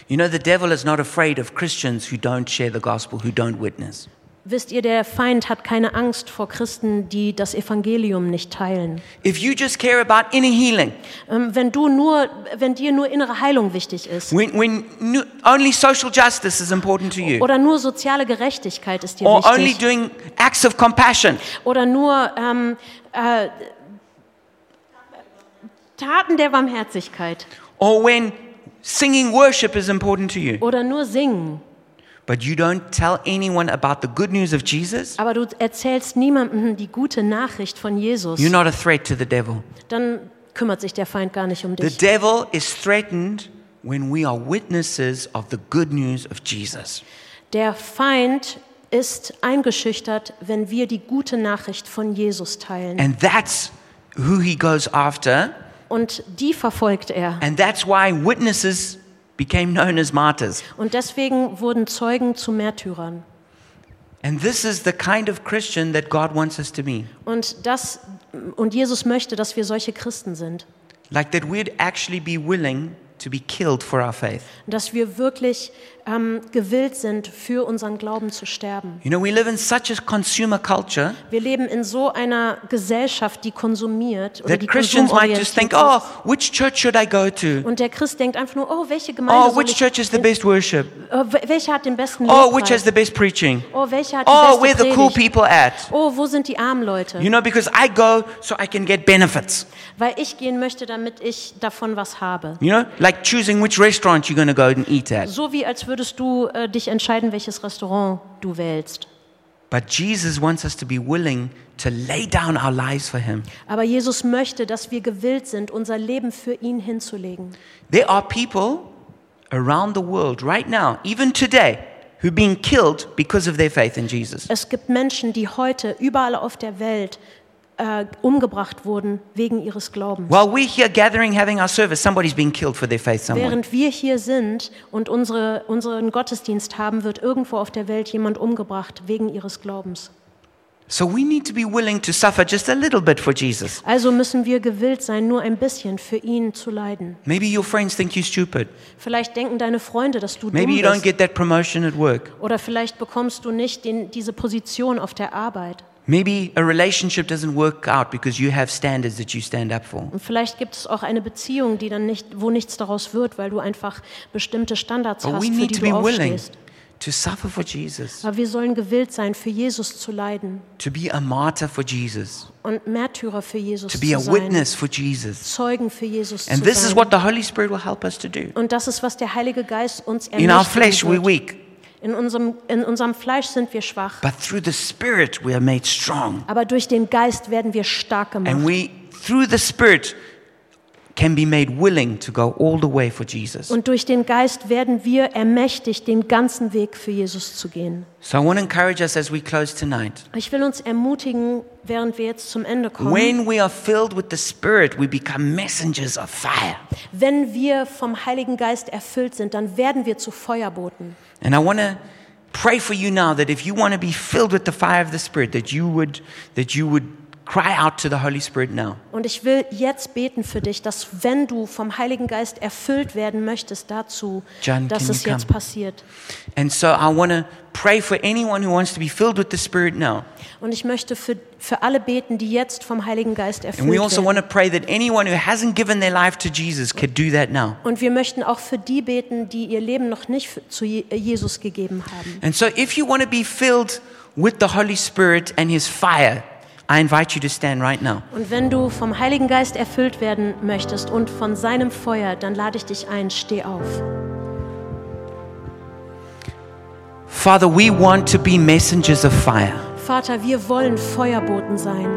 [SPEAKER 1] You know the devil is not afraid of Christians who don't share the gospel, who don't witness.
[SPEAKER 2] Wisst ihr, der Feind hat keine Angst vor Christen, die das Evangelium nicht teilen.
[SPEAKER 1] If you just care about inner healing,
[SPEAKER 2] Ähm, wenn, du nur, wenn dir nur innere Heilung wichtig ist
[SPEAKER 1] When, when nu- only social justice is important to you,
[SPEAKER 2] oder nur soziale Gerechtigkeit ist dir
[SPEAKER 1] or Oh, only
[SPEAKER 2] wichtig
[SPEAKER 1] doing acts of compassion,
[SPEAKER 2] oder nur ähm, äh, Taten der Barmherzigkeit
[SPEAKER 1] or when singing worship is important to you,
[SPEAKER 2] oder nur Singen,
[SPEAKER 1] but you don't tell anyone about the good news of Jesus,
[SPEAKER 2] aber du erzählst niemandem die gute Nachricht von Jesus.
[SPEAKER 1] you're not a threat to the devil.
[SPEAKER 2] dann kümmert sich der Feind gar nicht um
[SPEAKER 1] The
[SPEAKER 2] dich.
[SPEAKER 1] devil is threatened when we are witnesses of the good news of Jesus.
[SPEAKER 2] Der Feind ist eingeschüchtert, wenn wir die gute Nachricht von Jesus teilen.
[SPEAKER 1] And that's who he goes after,
[SPEAKER 2] Und die verfolgt er.
[SPEAKER 1] and that's why witnesses became known as martyrs.
[SPEAKER 2] Und deswegen wurden Zeugen zu Märtyrern.
[SPEAKER 1] And this is the kind of Christian that God wants us to be.
[SPEAKER 2] Und, das, und Jesus möchte, dass wir solche Christen sind.
[SPEAKER 1] Like that we'd actually be willing to be killed for our faith.
[SPEAKER 2] dass wir wirklich ähm, gewillt sind, für unseren Glauben zu sterben.
[SPEAKER 1] You know, we live in such a consumer culture
[SPEAKER 2] Wir leben in so einer Gesellschaft, die konsumiert oder die
[SPEAKER 1] that Christians might just think, oh,
[SPEAKER 2] konsumorientiert ist.
[SPEAKER 1] which church should I go to?
[SPEAKER 2] Und der Christ denkt einfach nur, oh, welche Gemeinde
[SPEAKER 1] Oh,
[SPEAKER 2] soll
[SPEAKER 1] which
[SPEAKER 2] ich,
[SPEAKER 1] church is the best worship?
[SPEAKER 2] äh, wel- welche hat den besten
[SPEAKER 1] Oh, which has
[SPEAKER 2] Lobpreis?
[SPEAKER 1] the best preaching?
[SPEAKER 2] oh, welche hat die
[SPEAKER 1] Oh, where
[SPEAKER 2] beste
[SPEAKER 1] the cool
[SPEAKER 2] Predigt?
[SPEAKER 1] people at?
[SPEAKER 2] Oh, wo sind die armen Leute?
[SPEAKER 1] You know, because I go so I can get benefits.
[SPEAKER 2] Weil ich gehen möchte, damit ich davon was habe.
[SPEAKER 1] You know, like choosing which restaurant you're going to go and eat at.
[SPEAKER 2] So wie als würdest du äh, dich entscheiden, welches Restaurant du wählst.
[SPEAKER 1] But Jesus wants us to be willing to lay down our lives for Him.
[SPEAKER 2] Aber Jesus möchte, dass wir gewillt sind, unser Leben für ihn hinzulegen.
[SPEAKER 1] There are people around the world right now, even today, who are being killed because of their faith in Jesus.
[SPEAKER 2] Es gibt Menschen, die heute überall auf der Welt äh, umgebracht wurden wegen ihres Glaubens.
[SPEAKER 1] While we're here gathering, having our service, somebody's being killed for their faith somewhere.
[SPEAKER 2] Während wir hier sind und unsere, unseren Gottesdienst haben, wird irgendwo auf der Welt jemand umgebracht wegen ihres Glaubens.
[SPEAKER 1] So we need to be willing to suffer just a little bit for Jesus.
[SPEAKER 2] Also müssen wir gewillt sein, nur ein bisschen für ihn zu leiden.
[SPEAKER 1] Maybe your friends think you're stupid.
[SPEAKER 2] Vielleicht denken deine Freunde, dass du
[SPEAKER 1] Maybe you
[SPEAKER 2] dumm
[SPEAKER 1] don't
[SPEAKER 2] bist.
[SPEAKER 1] get that promotion at work.
[SPEAKER 2] Oder vielleicht bekommst du nicht den, diese Position auf der Arbeit.
[SPEAKER 1] Maybe a relationship doesn't work out because you have standards that you stand up for.
[SPEAKER 2] Und vielleicht gibt es auch eine Beziehung, die dann nicht, wo nichts daraus wird, weil du einfach bestimmte Standards
[SPEAKER 1] But
[SPEAKER 2] hast,
[SPEAKER 1] we
[SPEAKER 2] für
[SPEAKER 1] need
[SPEAKER 2] die
[SPEAKER 1] to be
[SPEAKER 2] du
[SPEAKER 1] willing
[SPEAKER 2] aufstehst.
[SPEAKER 1] to suffer for Jesus,
[SPEAKER 2] Aber wir sollen gewillt sein, für Jesus zu leiden
[SPEAKER 1] to be a martyr for Jesus,
[SPEAKER 2] und Märtyrer für Jesus
[SPEAKER 1] to
[SPEAKER 2] zu
[SPEAKER 1] be a
[SPEAKER 2] sein,
[SPEAKER 1] witness for Jesus.
[SPEAKER 2] Zeugen für Jesus
[SPEAKER 1] And
[SPEAKER 2] zu
[SPEAKER 1] this
[SPEAKER 2] sein.
[SPEAKER 1] is what the Holy Spirit will help us to do.
[SPEAKER 2] und das ist, was der Heilige Geist uns
[SPEAKER 1] In our
[SPEAKER 2] ermächtigen
[SPEAKER 1] flesh, we're
[SPEAKER 2] wird.
[SPEAKER 1] weak,
[SPEAKER 2] In, unserem, in unserem Fleisch sind wir schwach,
[SPEAKER 1] but through the Spirit, we are made strong.
[SPEAKER 2] aber durch den Geist werden wir stark gemacht.
[SPEAKER 1] And we, through the Spirit, can be made willing to go all the way for Jesus.
[SPEAKER 2] Und durch den Geist werden wir ermächtigt, den ganzen Weg für Jesus zu gehen.
[SPEAKER 1] So I want to encourage us as we close tonight.
[SPEAKER 2] Ich will uns ermutigen, während wir jetzt zum Ende kommen,
[SPEAKER 1] When we are filled with the Spirit, we become messengers of fire.
[SPEAKER 2] wenn wir vom Heiligen Geist erfüllt sind, dann werden wir zu Feuerboten.
[SPEAKER 1] And I want to pray for you now that if you want to be filled with the fire of the Spirit, that you would, that you would cry out to the Holy Spirit now.
[SPEAKER 2] Und ich will jetzt beten für dich, dass wenn du vom Heiligen Geist erfüllt werden möchtest, dazu,
[SPEAKER 1] John,
[SPEAKER 2] dass
[SPEAKER 1] can
[SPEAKER 2] es
[SPEAKER 1] you
[SPEAKER 2] jetzt
[SPEAKER 1] come?
[SPEAKER 2] passiert.
[SPEAKER 1] And so I want to pray for anyone who wants to be filled with the Spirit now.
[SPEAKER 2] Und ich möchte für, für alle beten, die jetzt vom Heiligen Geist
[SPEAKER 1] And
[SPEAKER 2] erfüllt
[SPEAKER 1] we also want
[SPEAKER 2] werden.
[SPEAKER 1] to pray that anyone who hasn't given their life to Jesus could do that now.
[SPEAKER 2] Und wir möchten auch für die beten, die ihr Leben noch nicht für- zu Je- äh, Jesus gegeben haben.
[SPEAKER 1] And so if you want to be filled with the Holy Spirit and His fire, I invite you to stand right now.
[SPEAKER 2] Und wenn du vom Heiligen Geist erfüllt werden möchtest und von seinem Feuer, dann lade ich dich ein, steh auf.
[SPEAKER 1] Father, we want to be messengers of fire.
[SPEAKER 2] Vater, wir wollen Feuerboten sein.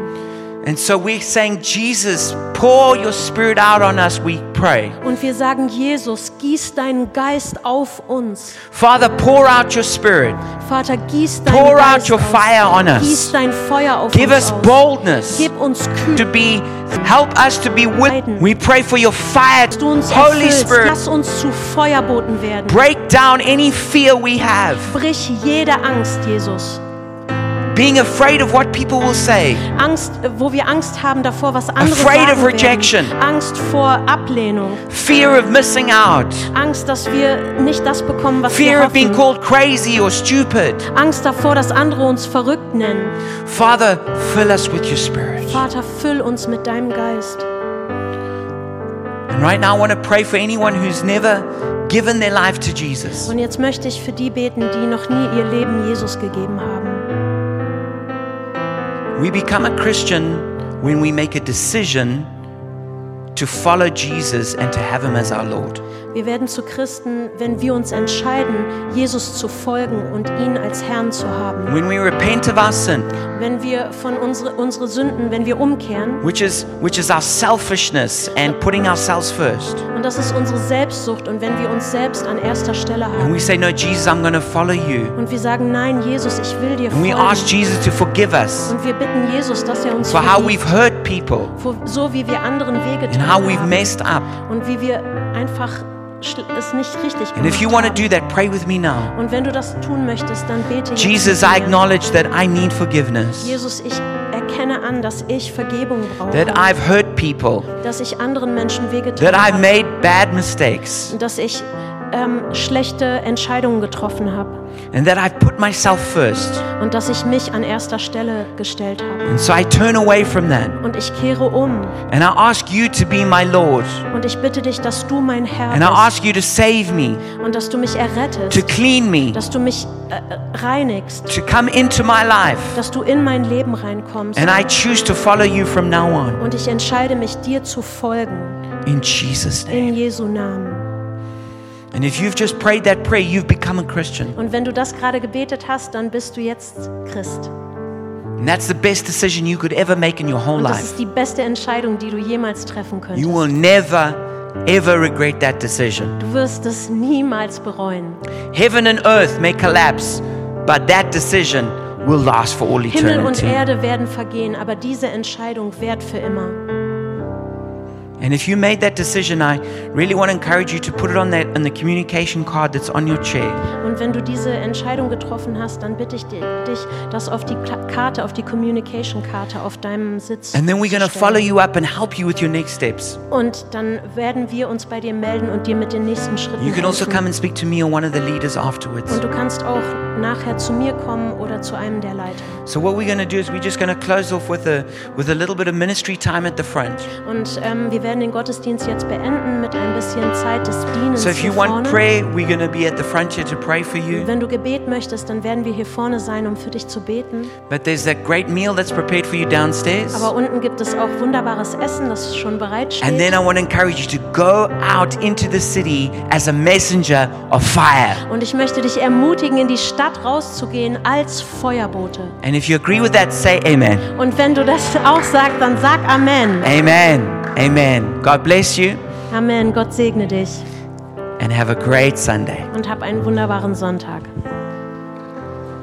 [SPEAKER 1] And so we're saying, Jesus, pour your Spirit out on us, we pray.
[SPEAKER 2] Und wir sagen, Jesus, gieß deinen Geist auf uns.
[SPEAKER 1] Father, pour out your Spirit.
[SPEAKER 2] Vater, gieß deinen
[SPEAKER 1] Pour out
[SPEAKER 2] Geist
[SPEAKER 1] your
[SPEAKER 2] auf
[SPEAKER 1] fire on us.
[SPEAKER 2] Gieß dein Feuer auf
[SPEAKER 1] Give
[SPEAKER 2] uns
[SPEAKER 1] us
[SPEAKER 2] aus.
[SPEAKER 1] boldness
[SPEAKER 2] Gib uns Kühl.
[SPEAKER 1] to be, help us to be with.
[SPEAKER 2] Leiden.
[SPEAKER 1] We pray for your fire,
[SPEAKER 2] du uns
[SPEAKER 1] Holy
[SPEAKER 2] erfüllst.
[SPEAKER 1] Spirit.
[SPEAKER 2] Lass uns zu Feuerboten werden.
[SPEAKER 1] Break down any fear we have.
[SPEAKER 2] Brich jede Angst, Jesus.
[SPEAKER 1] Being afraid of what people will say.
[SPEAKER 2] Angst, äh, wo wir Angst haben davor, was andere
[SPEAKER 1] Afraid
[SPEAKER 2] sagen
[SPEAKER 1] of rejection.
[SPEAKER 2] werden. Angst vor Ablehnung.
[SPEAKER 1] Fear of missing out.
[SPEAKER 2] Angst, dass wir nicht das bekommen, was
[SPEAKER 1] Fear
[SPEAKER 2] wir
[SPEAKER 1] of being called
[SPEAKER 2] hoffen.
[SPEAKER 1] crazy or stupid.
[SPEAKER 2] Angst davor, dass andere uns verrückt nennen.
[SPEAKER 1] Father, fill us with your Spirit.
[SPEAKER 2] Vater, füll uns mit deinem Geist.
[SPEAKER 1] And right now, I want to pray for anyone who's never given their life to Jesus.
[SPEAKER 2] Und jetzt möchte ich für die beten, die noch nie ihr Leben Jesus gegeben haben.
[SPEAKER 1] We become a Christian when we make a decision to follow Jesus and to have Him as our Lord.
[SPEAKER 2] Wir werden zu Christen, wenn wir uns entscheiden, Jesus zu folgen und ihn als Herrn zu haben.
[SPEAKER 1] When we repent of our sin,
[SPEAKER 2] Wenn wir von unsere, unsere Sünden, wenn wir umkehren,
[SPEAKER 1] which is, which is our selfishness and putting ourselves first,
[SPEAKER 2] und das ist unsere Selbstsucht und wenn wir uns selbst an erster Stelle
[SPEAKER 1] and
[SPEAKER 2] haben.
[SPEAKER 1] we say, No, Jesus, I'm going to follow you.
[SPEAKER 2] Und wir sagen, nein, Jesus, ich will dir
[SPEAKER 1] And we ask
[SPEAKER 2] folgen.
[SPEAKER 1] Jesus to forgive us
[SPEAKER 2] Und wir bitten Jesus, dass er uns
[SPEAKER 1] for how
[SPEAKER 2] vergibt.
[SPEAKER 1] we've hurt people
[SPEAKER 2] Wo- so wie wir anderen Wege
[SPEAKER 1] and
[SPEAKER 2] getan
[SPEAKER 1] how we've
[SPEAKER 2] haben
[SPEAKER 1] messed up.
[SPEAKER 2] und wie wir einfach schl- es nicht richtig
[SPEAKER 1] And if
[SPEAKER 2] gemacht
[SPEAKER 1] you want to
[SPEAKER 2] haben.
[SPEAKER 1] do that, pray with me now.
[SPEAKER 2] Und wenn du das tun möchtest, dann bete jetzt
[SPEAKER 1] Jesus,
[SPEAKER 2] mit
[SPEAKER 1] I
[SPEAKER 2] mir.
[SPEAKER 1] acknowledge that I need forgiveness,
[SPEAKER 2] Jesus, ich erkenne an, dass ich Vergebung brauche,
[SPEAKER 1] that I've hurt people,
[SPEAKER 2] dass ich anderen Menschen wehgetan
[SPEAKER 1] that I've
[SPEAKER 2] habe,
[SPEAKER 1] made bad mistakes,
[SPEAKER 2] dass ich ähm, schlechte Entscheidungen getroffen habe
[SPEAKER 1] and that I've put myself first.
[SPEAKER 2] und dass ich mich an erster Stelle gestellt habe.
[SPEAKER 1] And so I turn away from that.
[SPEAKER 2] Und ich kehre um
[SPEAKER 1] And I ask you to be my Lord.
[SPEAKER 2] und ich bitte dich, dass du mein
[SPEAKER 1] And I
[SPEAKER 2] Herr
[SPEAKER 1] ask you to save me,
[SPEAKER 2] bist und dass du mich
[SPEAKER 1] to
[SPEAKER 2] errettest,
[SPEAKER 1] clean me,
[SPEAKER 2] dass du mich äh, äh, reinigst,
[SPEAKER 1] to come into my life.
[SPEAKER 2] dass du in mein Leben reinkommst.
[SPEAKER 1] And I choose to follow you from now on.
[SPEAKER 2] Und ich entscheide mich, dir zu folgen,
[SPEAKER 1] In Jesus' name.
[SPEAKER 2] in Jesu Namen.
[SPEAKER 1] And if you've just prayed that prayer, you've become a Christian.
[SPEAKER 2] Und wenn du das gerade gebetet hast, dann bist du jetzt Christ.
[SPEAKER 1] And that's the best decision you could ever make in your whole
[SPEAKER 2] Und das
[SPEAKER 1] life.
[SPEAKER 2] ist die beste Entscheidung, die du jemals treffen
[SPEAKER 1] You will
[SPEAKER 2] könntest.
[SPEAKER 1] never, ever regret that decision.
[SPEAKER 2] Du wirst es niemals bereuen.
[SPEAKER 1] Heaven and earth may collapse, but that decision will last for all
[SPEAKER 2] Himmel und
[SPEAKER 1] eternity.
[SPEAKER 2] Erde werden vergehen, aber diese Entscheidung währt für immer.
[SPEAKER 1] And if you made that decision, I really want to encourage you to put it on that on the communication card that's on your chair.
[SPEAKER 2] Und wenn du diese Entscheidung getroffen hast, dann bitte ich di- dich, das auf die Ka- Karte, auf die Communication-Karte auf deinem Sitz
[SPEAKER 1] And then we're
[SPEAKER 2] zu
[SPEAKER 1] going to
[SPEAKER 2] stellen.
[SPEAKER 1] follow you up and help you with your next steps.
[SPEAKER 2] Und dann werden wir uns bei dir melden und dir mit den nächsten Schritten
[SPEAKER 1] You can also
[SPEAKER 2] helfen.
[SPEAKER 1] come and speak to me or one of the leaders afterwards.
[SPEAKER 2] Und du kannst auch nachher zu mir kommen oder zu einem der Leiter.
[SPEAKER 1] So what we're going to do is we're just going to close off with a with a little bit of ministry time at the front.
[SPEAKER 2] Und ähm, wir werden den Gottesdienst jetzt beenden mit ein bisschen Zeit des Dienens
[SPEAKER 1] So if
[SPEAKER 2] hier
[SPEAKER 1] you want
[SPEAKER 2] vorne.
[SPEAKER 1] prayer, we're going to be at the front here to pray for you.
[SPEAKER 2] Wenn du Gebet möchtest, dann werden wir hier vorne sein, um für dich zu beten.
[SPEAKER 1] But there's that great meal that's prepared for you downstairs.
[SPEAKER 2] Aber unten gibt es auch wunderbares Essen, das schon bereitsteht.
[SPEAKER 1] And then I want to encourage you to go out into the city as a messenger of fire.
[SPEAKER 2] Und ich möchte dich ermutigen, in die Stadt rauszugehen als Feuerbote.
[SPEAKER 1] And if you agree with that, say amen.
[SPEAKER 2] Und wenn du das auch sagst, dann sag Amen.
[SPEAKER 1] Amen. Amen. God bless you
[SPEAKER 2] Amen. Gott segne dich
[SPEAKER 1] and have a great Sunday.
[SPEAKER 2] und hab einen wunderbaren Sonntag.